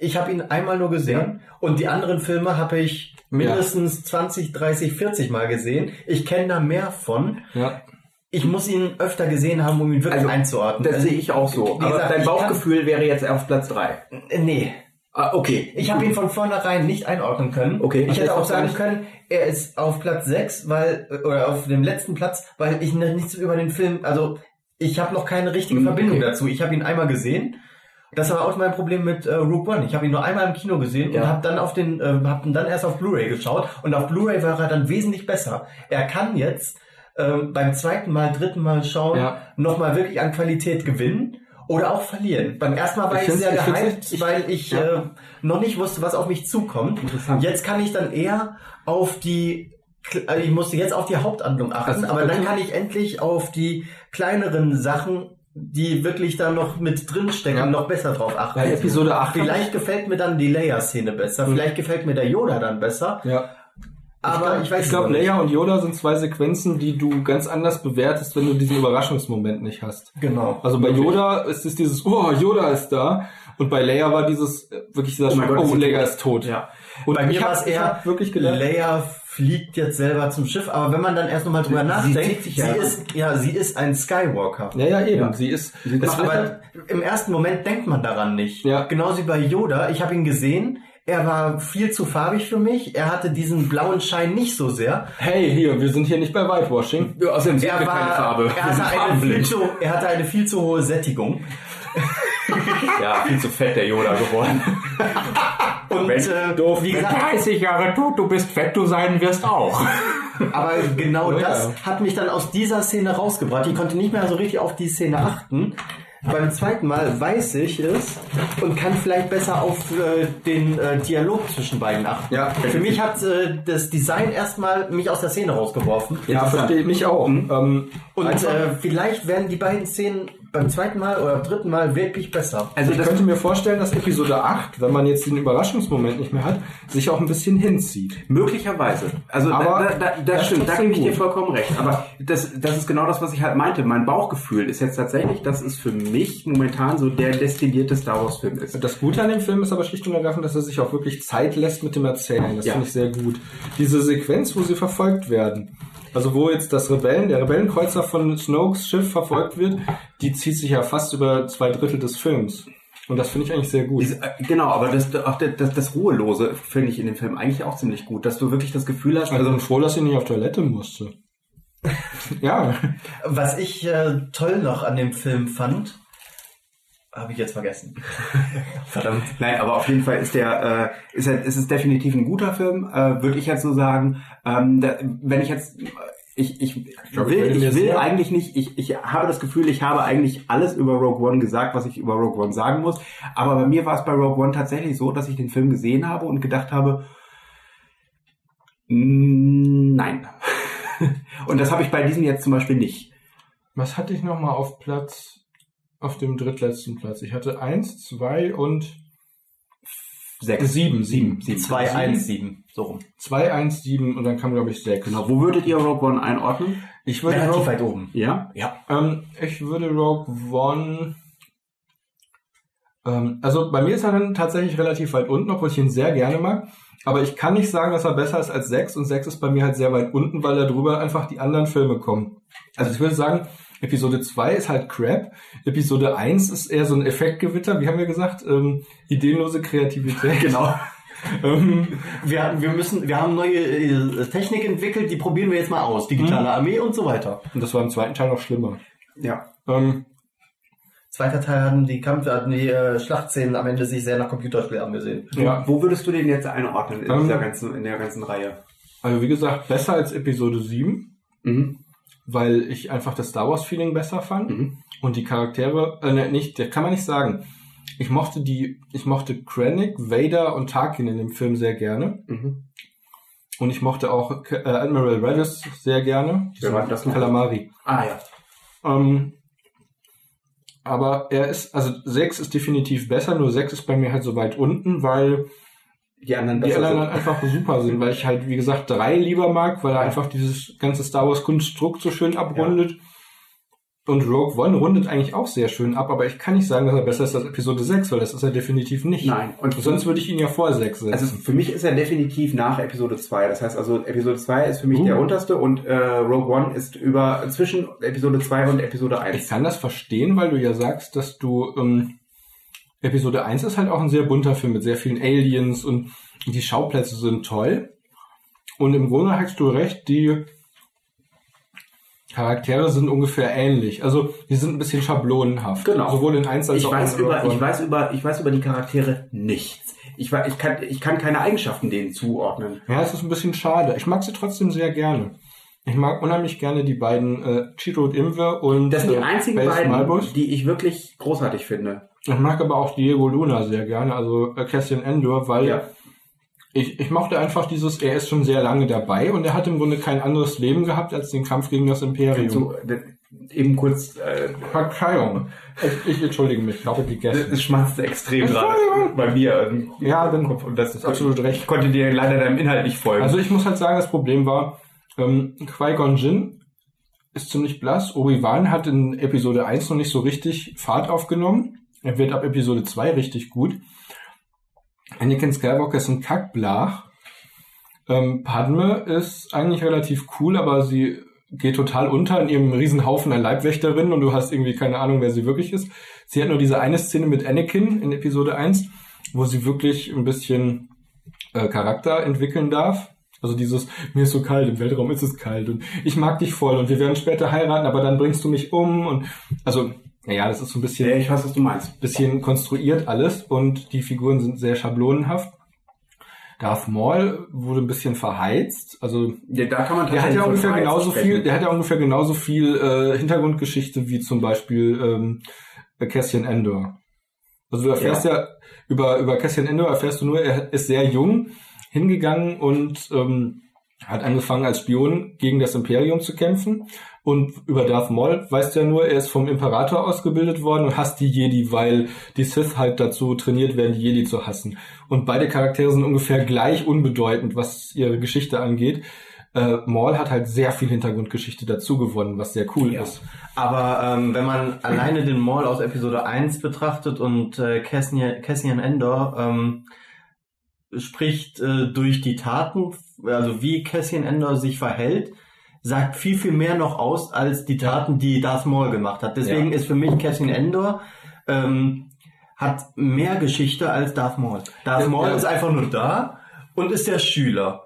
Speaker 3: Ich habe ihn einmal nur gesehen und die anderen Filme habe ich mindestens 20, 30, 40 Mal gesehen. Ich kenne da mehr von.
Speaker 2: Ja.
Speaker 3: Ich muss ihn öfter gesehen haben, um ihn wirklich
Speaker 1: Also,
Speaker 3: einzuordnen.
Speaker 1: Das
Speaker 3: Also
Speaker 1: sehe ich auch so.
Speaker 3: wie
Speaker 1: Aber
Speaker 3: gesagt,
Speaker 1: dein
Speaker 3: ich kann-
Speaker 1: Bauchgefühl wäre jetzt auf Platz 3.
Speaker 3: Nee.
Speaker 1: Ah, okay.
Speaker 3: Ich habe ihn von vornherein nicht einordnen können.
Speaker 1: Okay.
Speaker 2: also
Speaker 3: Ich hätte
Speaker 1: Das
Speaker 3: auch
Speaker 1: ist auch
Speaker 3: sagen
Speaker 1: nicht-
Speaker 3: können, er ist auf Platz 6, weil, oder auf dem letzten Platz, weil ich noch nichts über den Film, also ich habe noch keine richtige
Speaker 2: Hm,
Speaker 1: Mhm,
Speaker 3: Verbindung
Speaker 1: okay.
Speaker 3: dazu. Ich habe ihn einmal gesehen. Das war auch mein Problem mit äh, Rogue One. Ich habe ihn nur einmal im Kino gesehen und
Speaker 1: Ja.
Speaker 3: habe dann auf den, äh, hab ihn dann erst auf Blu-ray geschaut und auf Blu-ray war er dann wesentlich besser. Er kann jetzt ähm, beim zweiten Mal, dritten Mal schauen,
Speaker 2: Ja.
Speaker 3: nochmal wirklich an Qualität gewinnen oder auch verlieren. Beim ersten Mal war
Speaker 2: Ich
Speaker 3: ich,
Speaker 2: find's-
Speaker 3: sehr
Speaker 2: ich find's
Speaker 3: gehypt,
Speaker 2: richtig- ich-
Speaker 3: weil ich
Speaker 2: ja.
Speaker 3: äh, noch nicht wusste, was auf mich zukommt.
Speaker 1: Interessant.
Speaker 3: Jetzt kann ich dann eher auf die, Kle- also ich musste jetzt auf die Haupthandlung achten,
Speaker 2: Also,
Speaker 3: aber dann
Speaker 2: okay.
Speaker 3: kann ich endlich auf die kleineren Sachen, die wirklich da noch mit drin stecken,
Speaker 2: Ja.
Speaker 3: noch besser drauf achten.
Speaker 2: Bei Episode 8
Speaker 3: Vielleicht gefällt mir dann die Leia-Szene besser, vielleicht gefällt mir der Yoda dann besser,
Speaker 2: Ja.
Speaker 3: aber ich, weiß
Speaker 2: Ich glaube,
Speaker 3: es noch nicht.
Speaker 2: Leia und Yoda sind zwei Sequenzen, die du ganz anders bewertest, wenn du diesen Überraschungsmoment nicht hast.
Speaker 3: Genau.
Speaker 2: Also bei Yoda ist es dieses, oh, Yoda ist da. Und bei Leia war dieses, äh, wirklich dieser
Speaker 1: Oh mein
Speaker 2: Schock,
Speaker 1: Gott, ist
Speaker 2: oh,
Speaker 1: sie
Speaker 2: Leia
Speaker 1: tot.
Speaker 2: ist tot.
Speaker 3: Ja.
Speaker 2: Und
Speaker 3: Bei mir
Speaker 2: ich
Speaker 3: war
Speaker 2: hab-
Speaker 3: es
Speaker 2: ich
Speaker 3: eher
Speaker 2: hab wirklich gelernt.
Speaker 3: Leia fliegt jetzt selber zum Schiff, aber wenn man dann erst nochmal drüber
Speaker 1: Sie zieht
Speaker 3: nachdenkt, sie,
Speaker 1: sich ja.
Speaker 3: ist, ja, sie ist ein Skywalker.
Speaker 2: Ja, ja, eben.
Speaker 1: Ja.
Speaker 2: Sie ist,
Speaker 1: Sie
Speaker 2: es
Speaker 1: macht
Speaker 2: wird- halt,
Speaker 3: Aber im ersten Moment denkt man daran nicht.
Speaker 2: Ja.
Speaker 3: Genauso wie bei Yoda. Ich habe ihn gesehen. Er war viel zu farbig für mich. Er hatte diesen blauen Schein nicht so sehr.
Speaker 2: hey, hier, wir sind hier nicht bei Whitewashing.
Speaker 1: Ja, außerdem sieht
Speaker 3: Er,
Speaker 1: mir
Speaker 3: war,
Speaker 1: keine Farbe.
Speaker 3: Er, hatte eine viel zu, er hatte eine viel zu hohe Sättigung.
Speaker 4: ja, viel zu fett der Yoda geworden.
Speaker 3: Und
Speaker 4: Wenn
Speaker 3: äh,
Speaker 4: doof,
Speaker 3: wie
Speaker 4: wenn
Speaker 3: gesagt,
Speaker 5: 30 Jahre tot, du bist fett, du sein wirst auch.
Speaker 3: Aber genau
Speaker 2: Ja.
Speaker 3: das hat mich dann aus dieser Szene rausgebracht. Ich konnte nicht mehr so richtig auf die Szene achten. Beim zweiten Mal weiß ich es und kann vielleicht besser auf äh, den äh, Dialog zwischen beiden achten.
Speaker 2: Ja.
Speaker 3: Für mich hat äh, das Design erstmal mich aus der Szene rausgeworfen.
Speaker 2: Ja, verstehe mich auch. Ähm,
Speaker 3: Und
Speaker 2: einfach-
Speaker 3: äh, vielleicht werden die beiden Szenen beim zweiten Mal oder dritten Mal wirklich besser.
Speaker 1: Also
Speaker 2: ich
Speaker 1: das,
Speaker 2: könnte mir vorstellen, dass Episode 8, wenn man jetzt den Überraschungsmoment nicht mehr hat, sich auch ein bisschen hinzieht.
Speaker 1: Möglicherweise. Also
Speaker 2: Aber
Speaker 1: da, da, da,
Speaker 2: das
Speaker 1: das stimmt, da
Speaker 2: trotzdem
Speaker 1: gebe ich dir
Speaker 2: gut.
Speaker 1: vollkommen recht. Aber das, das ist genau das, was ich halt meinte. Mein Bauchgefühl ist jetzt tatsächlich, dass es für mich momentan so der destinierte Star Wars-Film ist.
Speaker 2: Das Gute an dem Film ist aber schlicht und ergreifend, dass er sich auch wirklich Zeit lässt mit dem Erzählen. Das
Speaker 1: Ja.
Speaker 2: finde ich sehr gut. Diese Sequenz, wo sie verfolgt werden, also wo jetzt das Rebellen, der Rebellenkreuzer von Snokes Schiff verfolgt wird, die zieht sich ja fast über zwei Drittel des Films. Und das finde ich eigentlich sehr gut.
Speaker 1: Diese, äh, genau, aber das, auch das, das, das Ruhelose finde ich in dem Film eigentlich auch ziemlich gut, dass du wirklich das Gefühl hast,
Speaker 2: Also
Speaker 1: also
Speaker 2: bin froh, dass ich nicht auf Toilette musste. ja.
Speaker 3: Was ich äh, toll noch an dem Film fand, habe ich jetzt vergessen. Verdammt.
Speaker 1: Nein, aber auf jeden Fall ist der, äh, ist, er, ist es definitiv ein guter Film, äh, würde ich jetzt so sagen. Ähm, da, wenn ich jetzt, ich, ich,
Speaker 2: glaub, ich
Speaker 1: will,
Speaker 2: werde
Speaker 1: ich
Speaker 2: mir
Speaker 1: will
Speaker 2: sehr-
Speaker 1: eigentlich nicht, ich, ich habe das Gefühl, ich habe eigentlich alles über Rogue One gesagt, was ich über Rogue One sagen muss. Aber bei mir war es bei Rogue One tatsächlich so, dass ich den Film gesehen habe und gedacht habe, "Mm, nein. und das habe ich bei diesem jetzt zum Beispiel nicht.
Speaker 2: Was hatte ich nochmal auf Platz, auf dem drittletzten Platz? Ich hatte eins, zwei und
Speaker 1: Sechs.
Speaker 2: sieben, sieben, sieben.
Speaker 3: 2-1-7, so rum.
Speaker 2: Zwei, eins, sieben und dann kam, glaube ich, sechs.
Speaker 1: Genau. Wo würdet ihr Rogue One einordnen?
Speaker 2: Ich würde,
Speaker 3: Relativ
Speaker 2: Rogue,
Speaker 3: weit oben.
Speaker 1: Ja?
Speaker 2: ähm, ich würde Rogue One, ähm, also bei mir ist er dann tatsächlich relativ weit unten, obwohl ich ihn sehr gerne mag. Aber ich kann nicht sagen, dass er besser ist als sechs und sechs ist bei mir halt sehr weit unten, weil darüber einfach die anderen Filme kommen. Also ich würde sagen, Episode 2 ist halt Crap. Episode 1 ist eher so ein Effektgewitter, wie haben wir gesagt, ähm, ideenlose Kreativität.
Speaker 1: Genau.
Speaker 2: ähm,
Speaker 3: Wir, hatten- wir, müssen, wir haben neue äh, Technik entwickelt, die probieren wir jetzt mal aus. Digitale Armee und so weiter.
Speaker 2: und das war im zweiten Teil noch schlimmer.
Speaker 1: Ja.
Speaker 2: Ähm,
Speaker 3: Zweiter Teil hatten die Kampf, hatten die äh, Schlachtszenen am Ende sich sehr nach Computerspiel angesehen.
Speaker 2: ja.
Speaker 1: Wo würdest du den jetzt einordnen in,
Speaker 2: Ähm.
Speaker 1: dieser ganzen, in der ganzen Reihe?
Speaker 2: Also wie gesagt, besser als Episode 7, Mhm, weil ich einfach das Star Wars-Feeling besser fand.
Speaker 1: Mhm.
Speaker 2: Und die Charaktere, äh, ne, nicht, das kann man nicht sagen. Ich mochte die, ich mochte Krennic, Vader und Tarkin in dem Film sehr gerne.
Speaker 1: Mhm.
Speaker 2: Und ich mochte auch K- äh, Admiral Redis sehr gerne.
Speaker 1: Wer war denn das noch?
Speaker 2: Kalamari.
Speaker 1: Ah ja.
Speaker 2: Ähm, aber er ist, also 6 ist definitiv besser, nur 6 ist bei mir halt so weit unten, weil
Speaker 1: Die anderen
Speaker 2: die
Speaker 1: besser
Speaker 2: anderen halt
Speaker 1: sind.
Speaker 2: einfach super sind, weil ich halt, wie gesagt, drei lieber mag, weil er einfach dieses ganze Star Wars Kunststrukt so schön abrundet. Und Rogue One rundet eigentlich auch sehr schön ab, aber ich kann nicht sagen, dass er besser ist als Episode 6, weil das ist er definitiv nicht.
Speaker 1: Nein.
Speaker 2: Und sonst würde ich ihn ja vor 6 setzen.
Speaker 1: Also für mich ist er definitiv nach Episode 2. Das heißt also, Episode 2 ist für mich
Speaker 2: Uh.
Speaker 1: der unterste und äh, Rogue One ist über zwischen Episode 2 und Episode
Speaker 2: ich
Speaker 1: 1.
Speaker 2: kann das verstehen, weil du ja sagst, dass du ähm, Episode 1 ist halt auch ein sehr bunter Film mit sehr vielen Aliens und die Schauplätze sind toll. Und im Grunde hast du recht, die Charaktere sind ungefähr ähnlich. Also die sind ein bisschen schablonenhaft.
Speaker 1: Genau.
Speaker 2: Sowohl in 1 als
Speaker 1: Ich
Speaker 2: auch
Speaker 1: weiß,
Speaker 2: in
Speaker 1: über,
Speaker 2: Rogue
Speaker 1: ich,
Speaker 2: One.
Speaker 1: weiß über, ich weiß über die Charaktere nichts. Ich, wei- ich, kann, ich kann keine Eigenschaften denen zuordnen.
Speaker 2: Ja, es ist ein bisschen schade. Ich mag sie trotzdem sehr gerne. Ich mag unheimlich gerne die beiden äh, Chito und Imwe und
Speaker 1: Das sind die
Speaker 2: äh,
Speaker 1: einzigen
Speaker 2: Base
Speaker 1: beiden,
Speaker 2: Malbus.
Speaker 1: die ich wirklich großartig finde.
Speaker 2: Ich mag aber auch Diego Luna sehr gerne, also äh, Cassian Endor, weil
Speaker 1: Ja.
Speaker 2: ich, ich mochte einfach dieses, er ist schon sehr lange dabei und er hat im Grunde kein anderes Leben gehabt als den Kampf gegen das Imperium.
Speaker 1: So, äh, eben kurz, äh,
Speaker 2: Verzeihung. Ich, ich entschuldige mich, ich habe gegessen.
Speaker 1: es schmatzt extrem gerade
Speaker 2: Entschuldigung.
Speaker 1: bei mir. ähm,
Speaker 2: Ja, dann
Speaker 1: Und das ist
Speaker 2: absolut recht.
Speaker 1: Ich konnte dir leider deinem Inhalt nicht folgen.
Speaker 2: Also ich muss halt sagen, das Problem war, ähm, Qui-Gon Jinn ist ziemlich blass. Obi-Wan hat in Episode 1 noch nicht so richtig Fahrt aufgenommen. Er wird ab Episode 2 richtig gut. Anakin Skywalker ist ein Kackblach. Ähm, Padme ist eigentlich relativ cool, aber sie geht total unter in ihrem Riesenhaufen an Leibwächterinnen und du hast irgendwie keine Ahnung, wer sie wirklich ist. Sie hat nur diese eine Szene mit Anakin in Episode 1, wo sie wirklich ein bisschen äh, Charakter entwickeln darf. Also dieses, mir ist so kalt, im Weltraum ist es kalt und ich mag dich voll und wir werden später heiraten, aber dann bringst du mich um und also Naja, das ist so ein bisschen
Speaker 1: Ja, ich weiß, was du meinst.
Speaker 2: bisschen konstruiert alles und die Figuren sind sehr schablonenhaft. Darth Maul wurde ein bisschen verheizt, also
Speaker 1: Ja, da kann man
Speaker 2: der hat ja
Speaker 1: von
Speaker 2: ungefähr
Speaker 1: Reiz
Speaker 2: genauso
Speaker 1: sprechen.
Speaker 2: viel, der hat ja ungefähr genauso viel äh, Hintergrundgeschichte wie zum Beispiel ähm, Cassian Endor. Also du erfährst ja, über über Cassian Endor erfährst du nur, er ist sehr jung hingegangen und ähm, hat angefangen als Spion gegen das Imperium zu kämpfen und über Darth Maul weißt du ja nur, er ist vom Imperator ausgebildet worden und hasst die Jedi, weil die Sith halt dazu trainiert werden, die Jedi zu hassen. Und beide Charaktere sind ungefähr gleich unbedeutend, was ihre Geschichte angeht. Äh, Maul hat halt sehr viel Hintergrundgeschichte dazu gewonnen, was sehr cool ist.
Speaker 3: Aber ähm, wenn man alleine den Maul aus Episode 1 betrachtet und äh, Cassian, Cassian Endor ähm, spricht äh, durch die Taten, also wie Cassian Endor sich verhält, sagt viel, viel mehr noch aus als die Taten, die Darth Maul gemacht hat. Deswegen ist für mich Cassian Endor ähm, hat mehr Geschichte als Darth Maul. Darth
Speaker 2: Ja,
Speaker 3: Maul
Speaker 2: ja.
Speaker 3: ist einfach nur da und ist der Schüler.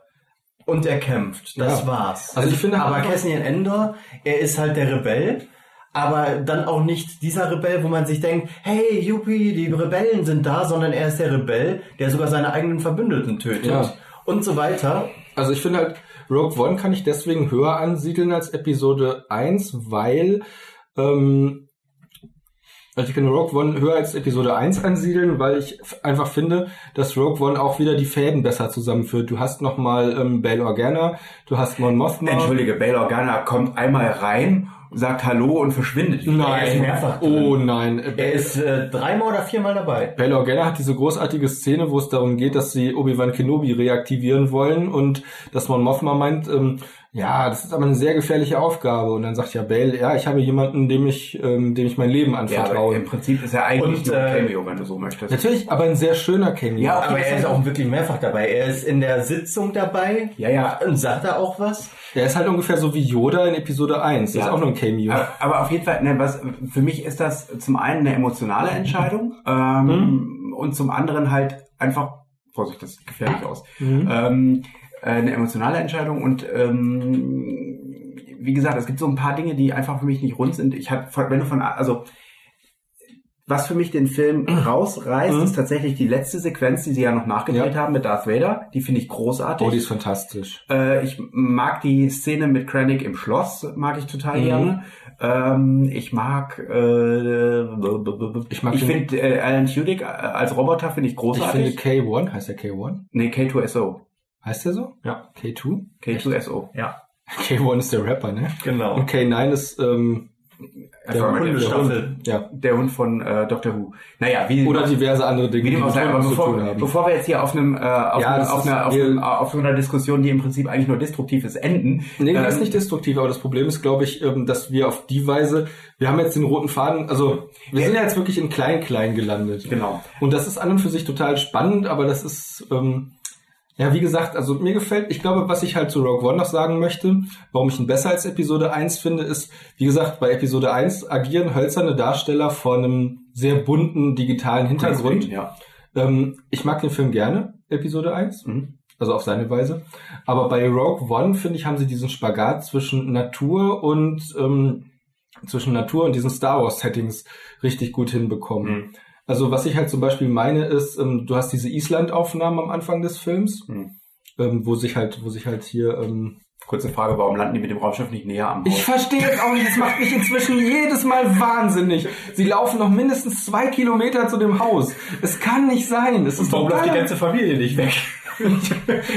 Speaker 3: Und er kämpft. Das
Speaker 2: Ja.
Speaker 3: war's.
Speaker 2: Also ich finde
Speaker 3: aber
Speaker 2: halt-
Speaker 3: Cassian Endor, er ist halt der Rebell, aber dann auch nicht dieser Rebell, wo man sich denkt, hey, Yuppie, die Rebellen sind da, sondern er ist der Rebell, der sogar seine eigenen Verbündeten tötet
Speaker 2: Ja.
Speaker 3: und so weiter.
Speaker 2: Also ich finde halt, Rogue One kann ich deswegen höher ansiedeln als Episode 1, weil ähm, also ich kann Rogue One höher als Episode 1 ansiedeln, weil ich f- einfach finde, dass Rogue One auch wieder die Fäden besser zusammenführt. Du hast nochmal ähm, Bail Organa, du hast Mon Mothma.
Speaker 1: Entschuldige, Bail Organa kommt einmal rein, sagt Hallo und verschwindet.
Speaker 2: Nein.
Speaker 3: Er ist mehrfach drin.
Speaker 2: oh nein.
Speaker 3: Er ist äh, dreimal oder viermal dabei.
Speaker 2: Bail Organa hat diese großartige Szene, wo es darum geht, dass sie Obi-Wan Kenobi reaktivieren wollen und dass Mon Mothma meint, ähm, ja, das ist aber eine sehr gefährliche Aufgabe. Und dann sagt ja Bail, ja, ich habe jemanden, dem ich, ähm, dem ich mein Leben
Speaker 1: Ja, aber im
Speaker 2: anvertraue.
Speaker 1: Prinzip ist er eigentlich
Speaker 3: Und,
Speaker 1: nur ein
Speaker 3: äh,
Speaker 1: Cameo, wenn du so möchtest.
Speaker 2: Natürlich, aber ein sehr schöner Cameo.
Speaker 1: Ja,
Speaker 3: Aber
Speaker 1: das
Speaker 3: er
Speaker 1: ist
Speaker 3: ist auch wirklich mehrfach dabei. Er ist in der Sitzung dabei.
Speaker 1: Ja, ja.
Speaker 3: Und sagt er auch was?
Speaker 2: Der ist halt ungefähr so wie Yoda in Episode 1. Das
Speaker 1: Ja.
Speaker 2: ist auch nur ein Cameo.
Speaker 1: Aber, aber auf jeden Fall, ne, was, für mich ist das zum einen eine emotionale Entscheidung ähm, und zum anderen halt einfach, Vorsicht, das sieht gefährlich aus,
Speaker 2: Hm? Mhm.
Speaker 1: ähm, äh, eine emotionale Entscheidung und ähm, wie gesagt, es gibt so ein paar Dinge, die einfach für mich nicht rund sind. Ich habe, wenn du von, also was für mich den Film
Speaker 2: Hm.
Speaker 1: rausreißt, ist tatsächlich die letzte Sequenz, die sie ja noch nachgedreht
Speaker 2: Ja.
Speaker 1: haben mit Darth Vader. Die finde ich großartig.
Speaker 2: Oh, die ist fantastisch.
Speaker 1: Äh, ich mag die Szene mit Krennic im Schloss, mag ich total
Speaker 2: Mhm.
Speaker 1: gerne. Ähm, ich mag, äh, b- b- b- b-
Speaker 2: Ich mag
Speaker 1: ich
Speaker 2: den-
Speaker 1: finde äh, Alan Tudyk äh, als Roboter finde ich
Speaker 2: Ich
Speaker 1: großartig.
Speaker 2: finde K1, heißt der K1?
Speaker 1: nee, K2SO.
Speaker 2: Heißt der so?
Speaker 3: Ja.
Speaker 2: K2?
Speaker 1: K2SO. Ja.
Speaker 2: K1 ist der Rapper, ne?
Speaker 3: Genau.
Speaker 2: Und K9 ist ähm, der,
Speaker 1: Affirmative.
Speaker 2: Hund, der
Speaker 3: Hundestaffel.
Speaker 2: Hund. Ja.
Speaker 1: Der Hund von äh, Dr. Who. Naja, wie
Speaker 2: Oder diverse andere Dinge,
Speaker 1: wie dem auch sei, aber
Speaker 2: zu
Speaker 1: bevor,
Speaker 2: tun haben.
Speaker 1: bevor wir jetzt hier auf einem äh, auf,
Speaker 2: Ja,
Speaker 1: einem,
Speaker 2: das
Speaker 1: auf,
Speaker 2: ist-
Speaker 1: einer, auf,
Speaker 2: wir-
Speaker 1: einem, auf einer Diskussion, die im Prinzip eigentlich nur destruktiv ist, enden.
Speaker 2: Nee, das
Speaker 1: Ähm,
Speaker 2: ist nicht destruktiv, aber das Problem ist, glaube ich, ähm, dass wir auf die Weise, wir haben jetzt den roten Faden, also wir sind ja jetzt wirklich in Klein-Klein gelandet.
Speaker 1: Genau.
Speaker 2: Und das ist an und für sich total spannend, aber das ist, ähm, ja, wie gesagt, also mir gefällt, ich glaube, was ich halt zu Rogue One noch sagen möchte, warum ich ihn besser als Episode 1 finde, ist, wie gesagt, bei Episode 1 agieren hölzerne Darsteller vor einem sehr bunten digitalen Hintergrund.
Speaker 1: Ja.
Speaker 2: Ähm, ich mag den Film gerne, Episode 1.
Speaker 1: Mhm.
Speaker 2: Also auf seine Weise. Aber bei Rogue One, finde ich, haben sie diesen Spagat zwischen Natur und ähm, zwischen Natur und diesen Star Wars Settings richtig gut hinbekommen.
Speaker 1: Mhm.
Speaker 2: Also was ich halt zum Beispiel meine ist, ähm, du hast diese Island-Aufnahmen am Anfang des Films,
Speaker 1: Mhm.
Speaker 2: ähm, wo sich halt, wo sich halt hier ähm,
Speaker 1: Kurze Frage, warum landen die mit dem Raumschiff nicht näher am
Speaker 2: ich
Speaker 1: Haus?
Speaker 2: verstehe es auch nicht. Das macht mich inzwischen jedes Mal wahnsinnig. Sie laufen noch mindestens zwei Kilometer zu dem Haus. Es kann nicht sein. Es ist
Speaker 3: Warum läuft die
Speaker 2: totaler-
Speaker 3: ganze Familie nicht weg?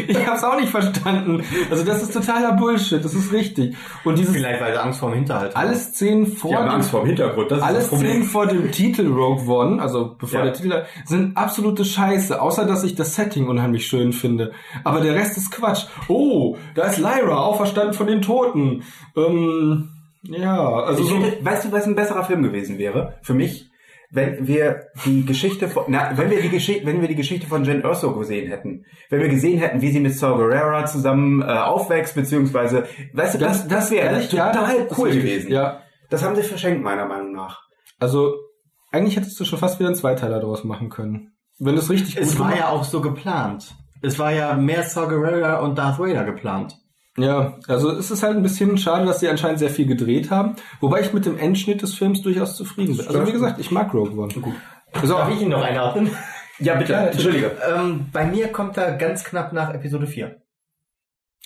Speaker 2: Ich hab's auch nicht verstanden. Also das ist totaler Bullshit. Das ist richtig. Und dieses
Speaker 3: Vielleicht, weil sie Angst vorm Hinterhalt haben.
Speaker 2: alle Szenen vor
Speaker 4: Die haben
Speaker 2: dem,
Speaker 4: Angst vorm Hintergrund, das ist
Speaker 2: alle
Speaker 4: das Problem.
Speaker 2: Szenen vor dem Titel Rogue One, also bevor
Speaker 4: Ja.
Speaker 2: der Titel sind absolute Scheiße. Außer dass ich das Setting unheimlich schön finde. Aber der Rest ist Quatsch. Oh, da ist Lyra auferstanden von den Toten. Ähm, ja, also
Speaker 1: Ich
Speaker 2: so.
Speaker 1: hätte, weißt du, was ein besserer Film gewesen wäre für mich, wenn wir die Geschichte von, na, wenn wir die Geschichte, wenn wir die Geschichte von Jen Erso gesehen hätten, wenn wir gesehen hätten, wie sie mit Saw Gerrera zusammen äh, aufwächst, beziehungsweise, weißt du, das, das, wäre
Speaker 2: Ehrlich, ja,
Speaker 1: total
Speaker 2: das ist
Speaker 1: cool
Speaker 2: richtig.
Speaker 1: gewesen.
Speaker 2: Ja,
Speaker 1: Das haben sie verschenkt meiner Meinung nach.
Speaker 2: also eigentlich hättest du schon fast wieder einen Zweiteiler draus machen können. Wenn du es richtig
Speaker 3: Es
Speaker 2: gut
Speaker 3: war
Speaker 2: gemacht-
Speaker 3: ja auch so geplant. Es war ja mehr Saw Gerrera und Darth Vader geplant.
Speaker 2: Ja, also es ist halt ein bisschen schade, dass sie anscheinend sehr viel gedreht haben. Wobei ich mit dem Endschnitt des Films durchaus zufrieden bin. Also wie gesagt, ich mag Rogue One. So,
Speaker 3: Darf ich ihn noch einatmen?
Speaker 1: Ja, bitte. Entschuldige.
Speaker 3: Ähm, bei mir kommt er ganz knapp nach Episode 4.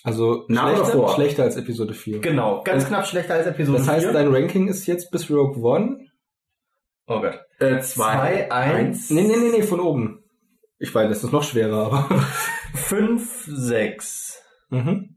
Speaker 2: also
Speaker 1: Nach oder
Speaker 2: schlechter,
Speaker 1: vor?
Speaker 2: schlechter als Episode 4.
Speaker 3: Genau, ganz knapp schlechter als Episode
Speaker 2: Das heißt,
Speaker 3: 4.
Speaker 2: dein Ranking ist jetzt bis Rogue One.
Speaker 3: oh Gott.
Speaker 1: Äh,
Speaker 3: 2, 1,
Speaker 2: Nee, nee, nee, nee, von oben. Ich weiß, das ist noch schwerer, aber
Speaker 3: 5, 6.
Speaker 2: mhm.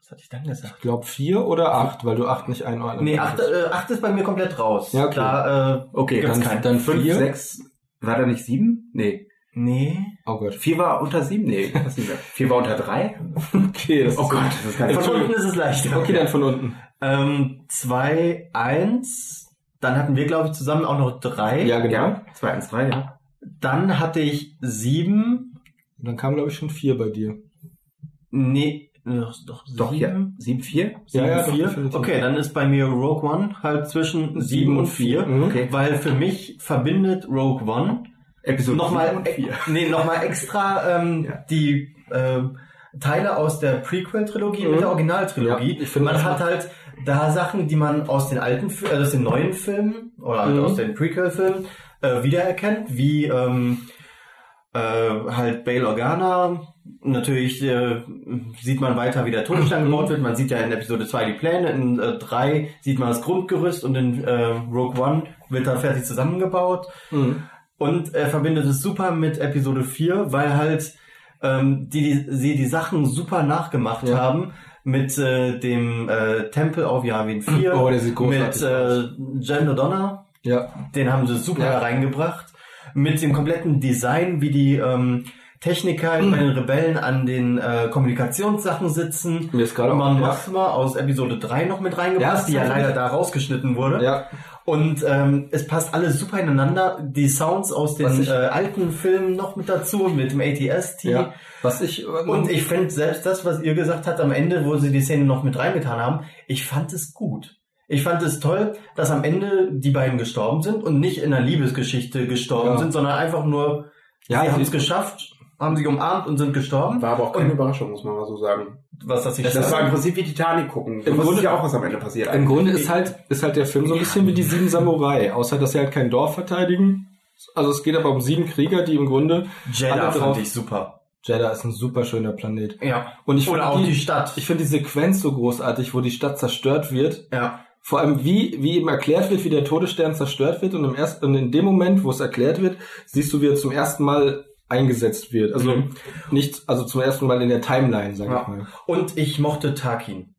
Speaker 3: Was hatte ich dann gesagt?
Speaker 2: ich glaube vier oder acht, weil du acht nicht einordnen
Speaker 3: Nee,
Speaker 2: kannst.
Speaker 3: 8, äh, acht ist bei mir komplett raus.
Speaker 2: Ja, okay.
Speaker 3: Da, äh,
Speaker 1: Okay,
Speaker 3: gibt's
Speaker 1: dann,
Speaker 3: keinen.
Speaker 1: dann fünf,
Speaker 2: Vier.
Speaker 1: sechs. War da nicht sieben? Nee.
Speaker 3: nee.
Speaker 2: Oh Gott.
Speaker 1: Vier war unter sieben? Nee. was ist das? Vier war unter drei?
Speaker 2: Okay, das
Speaker 1: Oh Gott, das ist kein
Speaker 3: Von
Speaker 2: Entschuldigung.
Speaker 3: unten ist es leichter.
Speaker 2: Okay, dann von unten.
Speaker 3: Ähm, 2, 1. Dann hatten wir, glaube ich, zusammen auch noch 3.
Speaker 2: Ja, genau.
Speaker 1: Ja, zwei, eins, drei, ja.
Speaker 3: Dann hatte ich 7.
Speaker 2: Und dann kam, glaube ich, schon vier bei dir.
Speaker 3: Nee, doch, doch
Speaker 1: Doch, ja.
Speaker 3: 7.
Speaker 1: Sieben, vier?
Speaker 2: Ja, ja, doch,
Speaker 3: 4.
Speaker 2: definitiv.
Speaker 3: Okay, dann ist bei mir Rogue One halt zwischen 7 und 4.
Speaker 2: Mhm.
Speaker 1: Okay.
Speaker 3: Weil für mich verbindet Rogue One
Speaker 1: Episode sieben
Speaker 3: nochmal
Speaker 1: und vier.
Speaker 3: nee, noch mal extra ähm,
Speaker 1: Ja.
Speaker 3: die ähm, Teile aus der Prequel-Trilogie
Speaker 2: Mhm.
Speaker 3: mit der Originaltrilogie.
Speaker 2: Ja, ich finde,
Speaker 3: man
Speaker 2: das
Speaker 3: hat halt da Sachen, die man aus den alten, Fi- äh, aus den neuen Filmen oder halt
Speaker 2: Mhm.
Speaker 3: aus den Prequel-Filmen äh, wiedererkennt, wie ähm, äh, halt Bail Organa. Natürlich äh, sieht man weiter, wie der Todesstern
Speaker 2: Mhm.
Speaker 3: gebaut wird. Man sieht ja in Episode 2 die Pläne, in äh, 3 sieht man das Grundgerüst und in äh, Rogue One wird da fertig zusammengebaut.
Speaker 2: Mhm.
Speaker 3: Und er verbindet es super mit Episode 4, weil halt ähm, die, die, sie die Sachen super nachgemacht
Speaker 2: Ja.
Speaker 3: haben mit äh, dem äh, Tempel auf Yavin 4,
Speaker 2: Oh, der sieht großartig
Speaker 3: mit äh, Jen O'Donnell,
Speaker 2: Ja.
Speaker 3: den haben sie super
Speaker 2: Ja.
Speaker 3: reingebracht, mit dem kompletten Design, wie die ähm, Techniker bei den Rebellen an den äh, Kommunikationssachen sitzen.
Speaker 2: Mir ist gerade
Speaker 3: Man
Speaker 2: auch-
Speaker 3: Mothma aus Episode 3 noch mit
Speaker 2: Ja,
Speaker 3: reingebracht,
Speaker 2: das
Speaker 3: die ja
Speaker 2: ist
Speaker 3: leider da rausgeschnitten wurde.
Speaker 2: Ja.
Speaker 3: Und ähm, es passt alles super ineinander. Die Sounds aus
Speaker 2: Was
Speaker 3: den
Speaker 2: ich-
Speaker 3: äh, alten Filmen noch mit dazu, mit dem ATST.
Speaker 2: ja. Was ich. äh,
Speaker 3: Und ich finde selbst das, was ihr gesagt habt am Ende, wo sie die Szene noch mit reingetan haben, ich fand es gut. Ich fand es toll, dass am Ende die beiden gestorben sind und nicht in einer Liebesgeschichte gestorben
Speaker 2: Ja.
Speaker 3: sind, sondern einfach nur,
Speaker 2: Ja,
Speaker 3: sie
Speaker 2: sie-
Speaker 3: haben es geschafft, haben sich umarmt und sind gestorben.
Speaker 1: War aber auch keine Überraschung, muss man mal so sagen.
Speaker 3: Was das nicht
Speaker 1: Das war im
Speaker 3: schafft.
Speaker 1: Prinzip wie Titanic gucken.
Speaker 2: Im
Speaker 1: Du wusstest
Speaker 2: Grunde-
Speaker 1: ja auch, was am Ende passiert.
Speaker 2: Im Grunde ist halt, ist halt der Film so ein bisschen wie die sieben Samurai, außer dass sie halt kein Dorf verteidigen. Also es geht aber um sieben Krieger, die im Grunde alle
Speaker 3: Jeddah
Speaker 2: drauf-
Speaker 3: fand ich super.
Speaker 2: Jeddah ist ein super schöner Planet.
Speaker 3: Ja.
Speaker 2: Und ich
Speaker 3: Oder
Speaker 2: find
Speaker 3: auch
Speaker 2: die-
Speaker 3: die Stadt.
Speaker 2: Ich finde die Sequenz so großartig, wo die Stadt zerstört wird
Speaker 3: ja.
Speaker 2: vor allem wie, wie eben erklärt wird, wie der Todesstern zerstört wird und, im ersten, und in dem Moment, wo es erklärt wird, siehst du, wie er zum ersten Mal eingesetzt wird. Also nicht, also zum ersten Mal in der Timeline, sag ich mal.
Speaker 3: Mhm. ja. Und ich mochte Tarkin.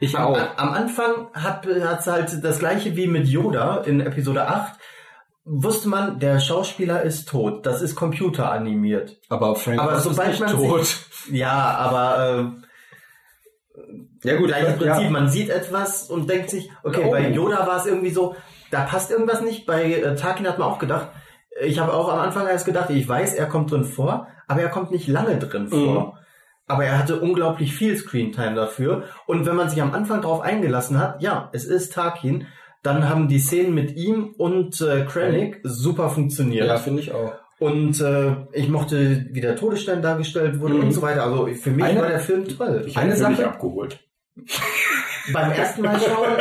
Speaker 2: Ich
Speaker 3: Am,
Speaker 2: auch.
Speaker 3: am Anfang hat hat's halt das gleiche wie mit Yoda in Episode 8. Wusste man, der Schauspieler ist tot. Das ist computeranimiert.
Speaker 2: Aber Frank
Speaker 3: Aber
Speaker 2: Oz
Speaker 3: sobald
Speaker 2: ist
Speaker 3: man
Speaker 2: nicht
Speaker 3: sie-
Speaker 2: tot.
Speaker 3: Ja, aber
Speaker 2: Ja
Speaker 3: äh, gut, gleiches
Speaker 2: ja.
Speaker 3: Prinzip. Man sieht etwas und denkt sich, okay,
Speaker 2: Oh.
Speaker 3: bei Yoda war es irgendwie so, da passt irgendwas nicht. Bei äh, Tarkin hat man auch gedacht, ich habe auch am Anfang erst gedacht, ich weiß, er kommt drin vor, aber er kommt nicht lange
Speaker 2: Mhm.
Speaker 3: drin vor. Aber er hatte unglaublich viel Screentime dafür. Und wenn man sich am Anfang darauf eingelassen hat, ja, es ist Tarkin, dann haben die Szenen mit ihm und äh, Krennic super funktioniert.
Speaker 2: Ja, finde ich auch.
Speaker 3: Und äh, ich mochte, wie der Todesstern dargestellt wurde
Speaker 2: Mhm.
Speaker 3: und so weiter. Also für mich
Speaker 2: Eine-
Speaker 3: war der Film toll.
Speaker 1: Ich
Speaker 3: Ich,
Speaker 1: hab
Speaker 2: eine
Speaker 1: ihn für mich
Speaker 2: Sache-
Speaker 1: abgeholt.
Speaker 3: beim ersten Mal schauen,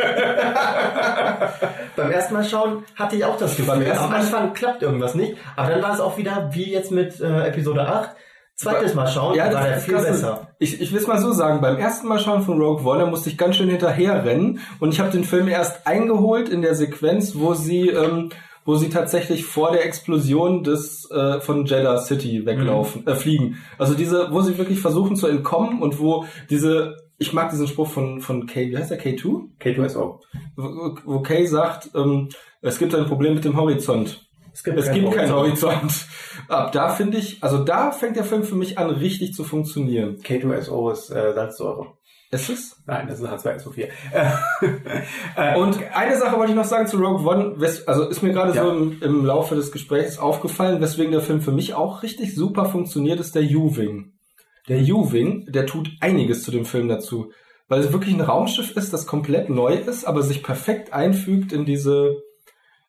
Speaker 3: beim ersten Mal schauen hatte ich auch das Gefühl.
Speaker 2: Beim ersten
Speaker 3: am
Speaker 2: Mal-
Speaker 3: Anfang klappt irgendwas nicht, aber dann war es auch wieder wie jetzt mit äh, Episode 8. Zweites Mal schauen,
Speaker 2: Ja,
Speaker 3: war der
Speaker 2: das
Speaker 3: viel
Speaker 2: ist
Speaker 3: besser.
Speaker 2: Ich, ich will es mal so sagen, beim ersten Mal schauen von Rogue One da musste ich ganz schön hinterherrennen und ich habe den Film erst eingeholt in der Sequenz, wo sie, ähm, wo sie tatsächlich vor der Explosion des äh, von Jeddah City weglaufen,
Speaker 3: Mhm.
Speaker 2: äh, fliegen. Also diese, wo sie wirklich versuchen zu entkommen und wo diese, ich mag diesen Spruch von von K, wie heißt der K2,
Speaker 1: K2SO.
Speaker 2: wo, wo K sagt, ähm, es gibt ein Problem mit dem Horizont.
Speaker 3: Es gibt,
Speaker 2: Es
Speaker 3: keinen
Speaker 2: gibt keinen
Speaker 3: Horizont.
Speaker 2: Horizont. Ab da finde ich, also da fängt der Film für mich an, richtig zu funktionieren.
Speaker 1: K2SO ist äh, Salzsäure.
Speaker 2: Ist es?
Speaker 1: Nein, das ist H2SO4.
Speaker 2: Und eine Sache wollte ich noch sagen zu Rogue One, wes also ist mir gerade
Speaker 1: Ja.
Speaker 2: so im, im Laufe des Gesprächs aufgefallen, weswegen der Film für mich auch richtig super funktioniert, ist der U-Wing. Der U-Wing, der tut einiges zu dem Film dazu, weil es wirklich ein Raumschiff ist, das komplett neu ist, aber sich perfekt einfügt in diese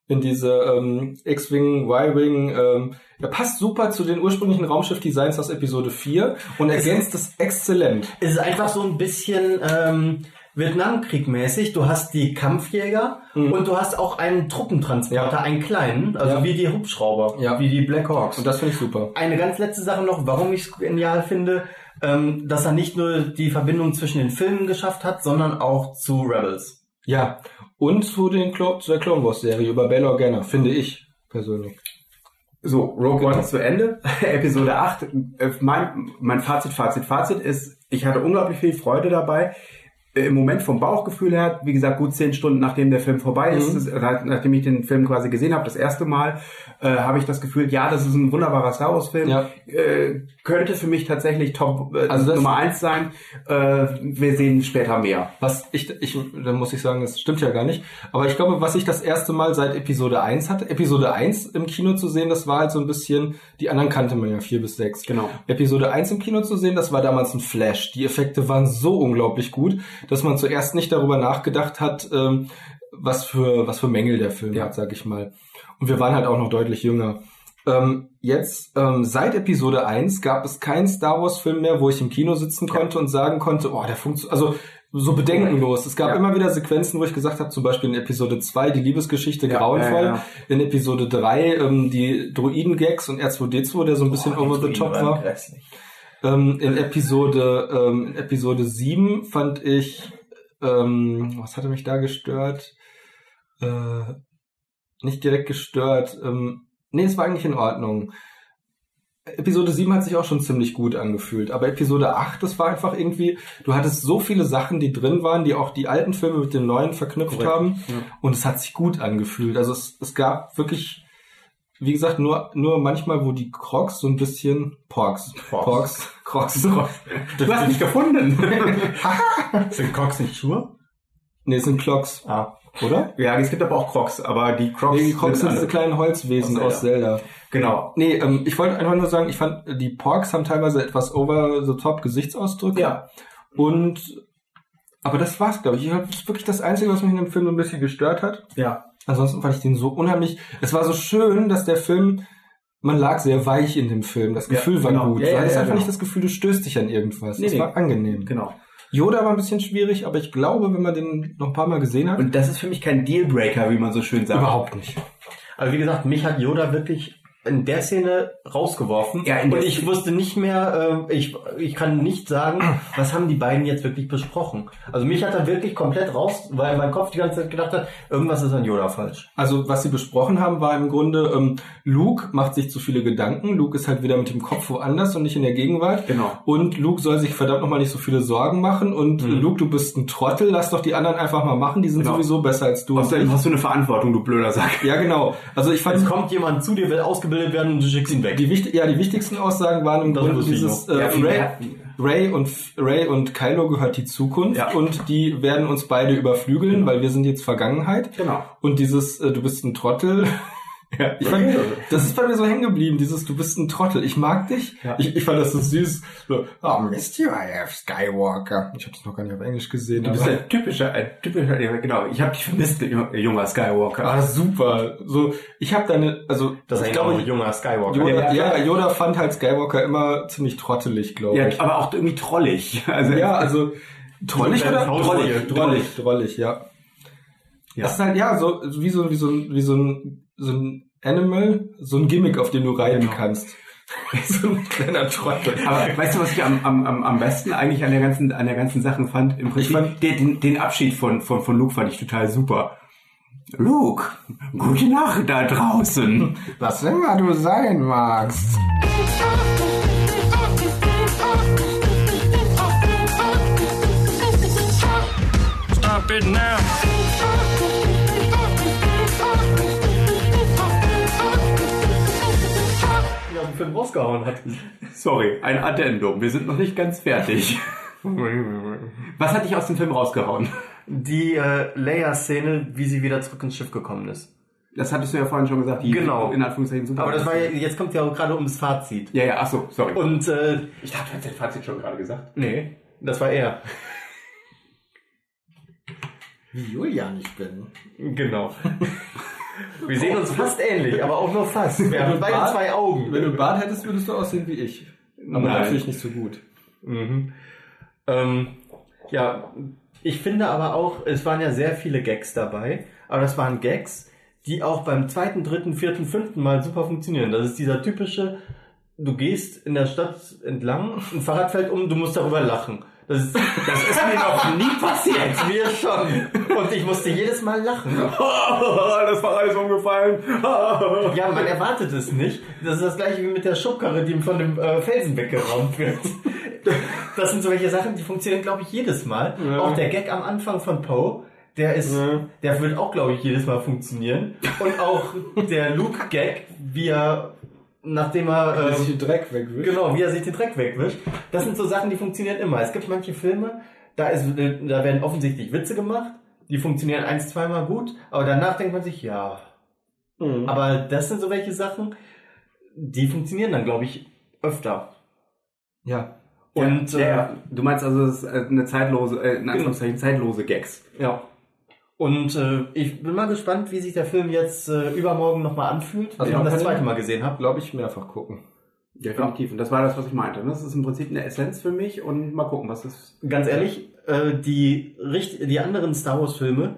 Speaker 2: in diese ähm, X-Wing, Y-Wing. Ähm, er passt super zu den ursprünglichen Raumschiff-Designs aus Episode 4 und ergänzt es exzellent.
Speaker 3: Es ist einfach so ein bisschen ähm, Vietnamkrieg-mäßig. Du hast die Kampfjäger und du hast auch einen Truppentransporter,
Speaker 2: Mhm. Ja.
Speaker 3: einen kleinen, also
Speaker 2: Ja.
Speaker 3: wie die Hubschrauber,
Speaker 2: Ja.
Speaker 3: wie die Black Hawks.
Speaker 2: Und das finde ich super.
Speaker 3: Eine ganz letzte Sache noch, warum ich es genial finde, ähm, dass er nicht nur die Verbindung zwischen den Filmen geschafft hat, sondern auch zu Rebels.
Speaker 2: Ja. Und zu, den Clo zu der Clone Wars-Serie über Bail Organa, finde ich persönlich.
Speaker 1: So, Rogue One ist zu Ende. Episode 8. Äh, Mein, mein Fazit, Fazit, Fazit ist, ich hatte unglaublich viel Freude dabei. Äh, Im Moment vom Bauchgefühl her, wie gesagt, gut zehn Stunden nachdem der Film vorbei
Speaker 2: Mhm.
Speaker 1: ist, das, äh, nachdem ich den Film quasi gesehen habe, das erste Mal, äh, habe ich das Gefühl, ja, das ist ein wunderbarer Star Wars-Film.
Speaker 2: Ja.
Speaker 1: Äh, könnte für mich tatsächlich Top äh,
Speaker 2: Also das-
Speaker 1: Nummer eins sein. Äh, wir sehen später mehr.
Speaker 2: Was ich, ich, da muss ich sagen, das stimmt ja gar nicht. Aber ich glaube, was ich das erste Mal seit Episode 1 hatte, Episode 1 im Kino zu sehen, das war halt so ein bisschen, die anderen kannte man ja 4 bis 6.
Speaker 1: Genau.
Speaker 2: Episode 1 im Kino zu sehen, das war damals ein Flash. Die Effekte waren so unglaublich gut, dass man zuerst nicht darüber nachgedacht hat, ähm, was für, was für Mängel der Film
Speaker 1: Ja.
Speaker 2: hat, sag ich mal. Und wir waren halt auch noch deutlich jünger. Ähm, jetzt, ähm, seit Episode 1 gab es keinen Star Wars-Film mehr, wo ich im Kino sitzen konnte und sagen konnte, oh, der funktioniert, also so bedenkenlos. Es gab
Speaker 1: Ja.
Speaker 2: immer wieder Sequenzen, wo ich gesagt habe, zum Beispiel in Episode 2 die Liebesgeschichte
Speaker 1: Ja,
Speaker 2: grauenvoll,
Speaker 1: ja, ja.
Speaker 2: in Episode 3 ähm, die Druiden-Gags und R2D2, der so ein
Speaker 1: Oh,
Speaker 2: bisschen over the top war. Ähm, in Episode ähm, in Episode 7 fand ich ähm, was hatte mich da gestört? Äh, nicht direkt gestört. Ähm, nee, es war eigentlich in Ordnung. Episode 7 hat sich auch schon ziemlich gut angefühlt, aber Episode 8, das war einfach irgendwie, du hattest so viele Sachen, die drin waren, die auch die alten Filme mit den neuen verknüpft
Speaker 3: Korrekt,
Speaker 2: haben
Speaker 1: ja.
Speaker 2: und es hat sich gut angefühlt. Also es, es gab wirklich, wie gesagt, nur, nur manchmal, wo die Crocs so ein bisschen Porks. Porks. Crocs.
Speaker 1: Du hast mich gefunden.
Speaker 3: Sind Cox nicht Schuhe?
Speaker 2: nee, es sind Clocks,
Speaker 3: Ah.
Speaker 2: oder?
Speaker 1: ja, es gibt aber auch Crocs, aber die Crocs,
Speaker 2: Nee, die Crocs sind diese
Speaker 1: andere.
Speaker 2: kleinen Holzwesen
Speaker 1: Aus
Speaker 2: aus Zelda.
Speaker 1: Genau.
Speaker 2: Nee, ähm, ich wollte einfach nur sagen, ich fand, die Porks haben teilweise etwas over the top Gesichtsausdrücke.
Speaker 1: Ja.
Speaker 2: Und, aber das war's, glaube ich. Ich glaub, Das ist wirklich das Einzige, was mich in dem Film so ein bisschen gestört hat.
Speaker 1: Ja.
Speaker 2: Ansonsten fand ich den so unheimlich. Es war so schön, dass der Film, man lag sehr weich in dem Film. Das
Speaker 1: Ja,
Speaker 2: Gefühl war
Speaker 1: genau.
Speaker 2: gut.
Speaker 1: Ja,
Speaker 2: du
Speaker 1: ja,
Speaker 2: hattest
Speaker 1: ja,
Speaker 2: einfach
Speaker 1: genau.
Speaker 2: nicht das Gefühl, du stößt dich an irgendwas.
Speaker 1: Nee,
Speaker 2: das
Speaker 1: nee.
Speaker 2: war angenehm.
Speaker 1: Genau.
Speaker 2: Yoda war ein bisschen schwierig, aber ich glaube, wenn man den noch ein paar Mal gesehen hat,
Speaker 1: Und das ist für mich kein Dealbreaker, wie man so schön sagt.
Speaker 2: überhaupt nicht.
Speaker 3: Aber Also wie gesagt, mich hat Yoda wirklich in der Szene rausgeworfen.
Speaker 1: Ja, in der
Speaker 3: und ich wusste nicht mehr, äh, ich, ich kann nicht sagen, was haben die beiden jetzt wirklich besprochen. Also mich hat er wirklich komplett raus, weil mein Kopf die ganze Zeit gedacht hat, irgendwas ist an Yoda falsch.
Speaker 2: Also was sie besprochen haben, war im Grunde, ähm, Luke macht sich zu viele Gedanken. Luke ist halt wieder mit dem Kopf woanders und nicht in der Gegenwart.
Speaker 1: Genau.
Speaker 2: Und Luke soll sich verdammt nochmal nicht so viele Sorgen machen. Und
Speaker 3: Mhm.
Speaker 2: äh, Luke, du bist ein Trottel, lass doch die anderen einfach mal machen. Die sind
Speaker 1: Genau.
Speaker 2: sowieso besser als du. und
Speaker 1: Außerdem hast du eine Verantwortung, du blöder Sack.
Speaker 2: ich. Ja, genau. Also ich
Speaker 3: Jetzt
Speaker 2: fand,
Speaker 3: kommt jemand zu dir, will ausgebildet werden und du schickst ihn weg.
Speaker 2: die, wichtig, ja, die wichtigsten Aussagen waren im
Speaker 3: Das
Speaker 2: Grunde
Speaker 3: wusste ich
Speaker 2: dieses,
Speaker 3: noch.
Speaker 2: äh,
Speaker 1: Ja, viel
Speaker 2: Ray,
Speaker 1: mehr.
Speaker 2: Ray, und, Ray und Kylo gehört die Zukunft
Speaker 1: Ja.
Speaker 2: und die werden uns beide überflügeln,
Speaker 3: Genau.
Speaker 2: weil wir sind jetzt Vergangenheit.
Speaker 1: Genau.
Speaker 2: Und dieses, äh, du bist ein Trottel. ja, ich fand, das ist bei mir so hängen geblieben, dieses, du bist ein Trottel. Ich mag dich. Ich, ich fand das so süß. So, oh, missed you, I have Skywalker. Ich habe das noch gar nicht auf Englisch gesehen.
Speaker 1: Du bist
Speaker 2: aber-
Speaker 1: ein typischer, ein typischer, ja, genau. Ich habe dich vermisst, ju- junger Skywalker.
Speaker 2: ah, super. So, ich habe deine, also,
Speaker 3: Das ist
Speaker 2: ich
Speaker 3: ein
Speaker 2: glaube,
Speaker 3: junger Skywalker.
Speaker 1: Ja,
Speaker 2: Yoda, ja,
Speaker 1: ja,
Speaker 2: Yoda fand halt Skywalker immer ziemlich trottelig, glaube
Speaker 1: Ja,
Speaker 2: ich.
Speaker 1: aber auch irgendwie trollig. Also,
Speaker 2: Ja, also, trollig
Speaker 3: Deine
Speaker 2: oder?
Speaker 3: Faust
Speaker 2: Trollig,
Speaker 3: hier.
Speaker 2: trollig, trollig, ja.
Speaker 1: Ja.
Speaker 2: Das ist halt, ja, so, wie so, wie so, ein- wie so ein, so ein Animal, so ein Gimmick, auf dem du reiten
Speaker 1: Genau.
Speaker 2: kannst. so ein kleiner Trottel.
Speaker 1: Aber weißt du, was ich am, am, am, am besten eigentlich an der ganzen, an der ganzen Sache fand? Im Prinzip,
Speaker 2: fand-
Speaker 1: den, den, den Abschied von, von, von Luke fand ich total super. Luke, gute Nacht da draußen.
Speaker 2: Was immer du sein magst.
Speaker 6: Stop it now.
Speaker 3: der aus dem Film rausgehauen hat.
Speaker 1: Sorry, ein Addendum. Wir sind noch nicht ganz fertig. Was hat dich aus dem Film rausgehauen?
Speaker 3: Die äh, Leia-Szene, wie sie wieder zurück ins Schiff gekommen ist.
Speaker 1: Das hattest du ja vorhin schon gesagt. Die
Speaker 3: Genau.
Speaker 1: In Anführungszeichen super.
Speaker 3: Aber das war ja, jetzt kommt ja auch gerade ums Fazit.
Speaker 1: Ja, ja, ach so, sorry.
Speaker 3: Und äh,
Speaker 1: ich dachte, du hast den Fazit schon gerade gesagt.
Speaker 3: nee, das war er.
Speaker 2: Wie Julian ich bin.
Speaker 3: Genau. Wir sehen uns fast ähnlich, aber auch nur fast. Wir haben beide
Speaker 2: Bart-
Speaker 3: zwei Augen.
Speaker 2: Wenn du einen Bart hättest, würdest du aussehen wie ich. Aber
Speaker 3: Nein.
Speaker 2: natürlich nicht so gut.
Speaker 3: Mhm. Ähm, ja, ich finde aber auch, es waren ja sehr viele Gags dabei, aber das waren Gags, die auch beim zweiten, dritten, vierten, fünften Mal super funktionieren. Das ist dieser typische, du gehst in der Stadt entlang, ein Fahrrad fällt um, du musst darüber lachen. Das ist, das ist mir noch nie passiert. Mir schon. Und ich musste jedes Mal lachen.
Speaker 1: das war alles umgefallen.
Speaker 3: Ja, man erwartet es nicht. Das ist das gleiche wie mit der Schubkarre, die von dem äh, Felsen weggeräumt wird. Das sind solche Sachen, die funktionieren, glaube ich, jedes Mal. Auch der Gag am Anfang von Poe, der ist, der wird auch, glaube ich, jedes Mal funktionieren. Und auch der Luke-Gag, wie er, nachdem er,
Speaker 2: Dass ich
Speaker 3: ähm,
Speaker 2: den Dreck wegwische.
Speaker 3: genau, wie er sich den Dreck wegwischt, das sind so Sachen, die funktionieren immer. Es gibt manche Filme, da ist, äh, da werden offensichtlich Witze gemacht, die funktionieren eins, zweimal gut, aber danach denkt man sich, ja,
Speaker 2: Mhm.
Speaker 3: aber das sind so welche Sachen, die funktionieren dann, glaube ich, öfter.
Speaker 2: Ja.
Speaker 3: Und äh,
Speaker 1: ja, ja. du meinst also, es ist äh, eine zeitlose, äh, in Anführungszeichen zeitlose Gags.
Speaker 3: Äh, ja. Und äh, ich bin mal gespannt, wie sich der Film jetzt äh, übermorgen nochmal anfühlt, wenn
Speaker 2: Also
Speaker 3: ich ihn
Speaker 2: man
Speaker 3: das
Speaker 2: kann
Speaker 3: zweite
Speaker 2: ihn-
Speaker 3: Mal gesehen habe.
Speaker 2: Glaube ich, mehrfach gucken.
Speaker 1: Definitiv. Und das war das, was ich meinte. ne? Das ist im Prinzip eine Essenz für mich und mal gucken, was das.
Speaker 3: Ganz ehrlich, äh, die, richt- die anderen Star Wars-Filme,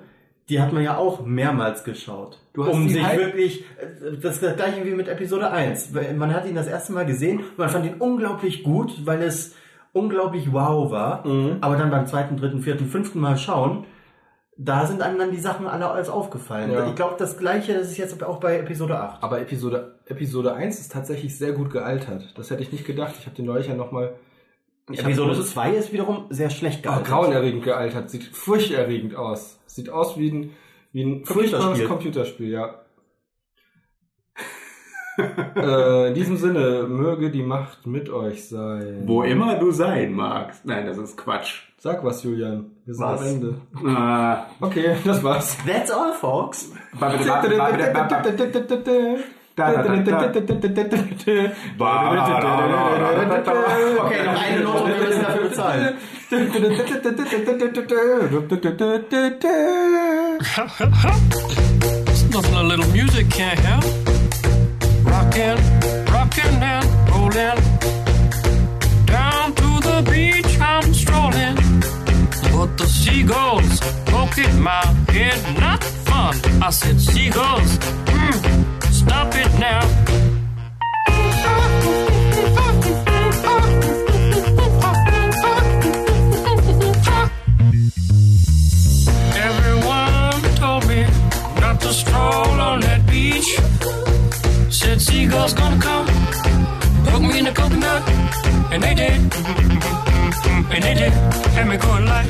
Speaker 3: die hat man ja auch mehrmals geschaut.
Speaker 2: Du hast
Speaker 3: um
Speaker 2: die
Speaker 3: sich
Speaker 2: halt-
Speaker 3: wirklich, äh, das ist das gleiche wie mit Episode 1. Weil Man hat ihn das erste Mal gesehen, man fand ihn unglaublich gut, weil es unglaublich wow war.
Speaker 2: Mhm.
Speaker 3: Aber dann beim zweiten, dritten, vierten, fünften Mal schauen, da sind einem dann die Sachen alle als aufgefallen.
Speaker 2: Ja.
Speaker 3: Ich glaube, das gleiche das ist jetzt auch bei Episode 8.
Speaker 2: Aber Episode, Episode 1 ist tatsächlich sehr gut gealtert. Das hätte ich nicht gedacht. Ich habe den neulich ja nochmal.
Speaker 3: Episode 2 ist wiederum sehr schlecht
Speaker 2: Oh,
Speaker 3: gealtert.
Speaker 2: grauenerregend gealtert. Sieht furchterregend aus. Sieht aus wie ein, wie ein furchtbares Computerspiel, ja. äh, in diesem Sinne, möge die Macht mit euch sein.
Speaker 1: Wo immer du sein magst. Nein, das ist Quatsch.
Speaker 2: Sag was, Julian. Wir sind
Speaker 3: Was?
Speaker 2: am Ende.
Speaker 1: Äh, ba-
Speaker 2: Okay, das war's.
Speaker 3: That's all, folks.
Speaker 1: ba- ba- ba- ba- ba- ba-
Speaker 3: Okay, noch eine Note und wir müssen dafür bezahlen.
Speaker 6: It's nothing a little music can't help. Rockin', rockin' and rollin'. Down to the beach I'm strolling. But the seagulls poking my head, not fun. I said, seagulls, mm, stop it now. Everyone told me not to stroll on that beach. Said seagulls gonna come, poke me in the coconut, and they did, and they did, had me going like.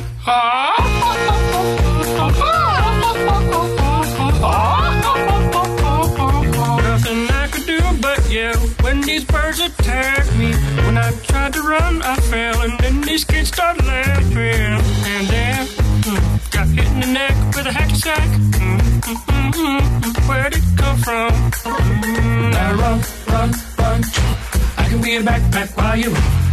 Speaker 6: Nothing I could do but yell when these birds attacked me. When I tried to run, I fell, and then these kids started laughing. And then mm, got hit in the neck with a hacky sack. Mm, mm, mm, mm, mm, Where'd it come from? Mm, I run, run, run. I can be a backpack while you run.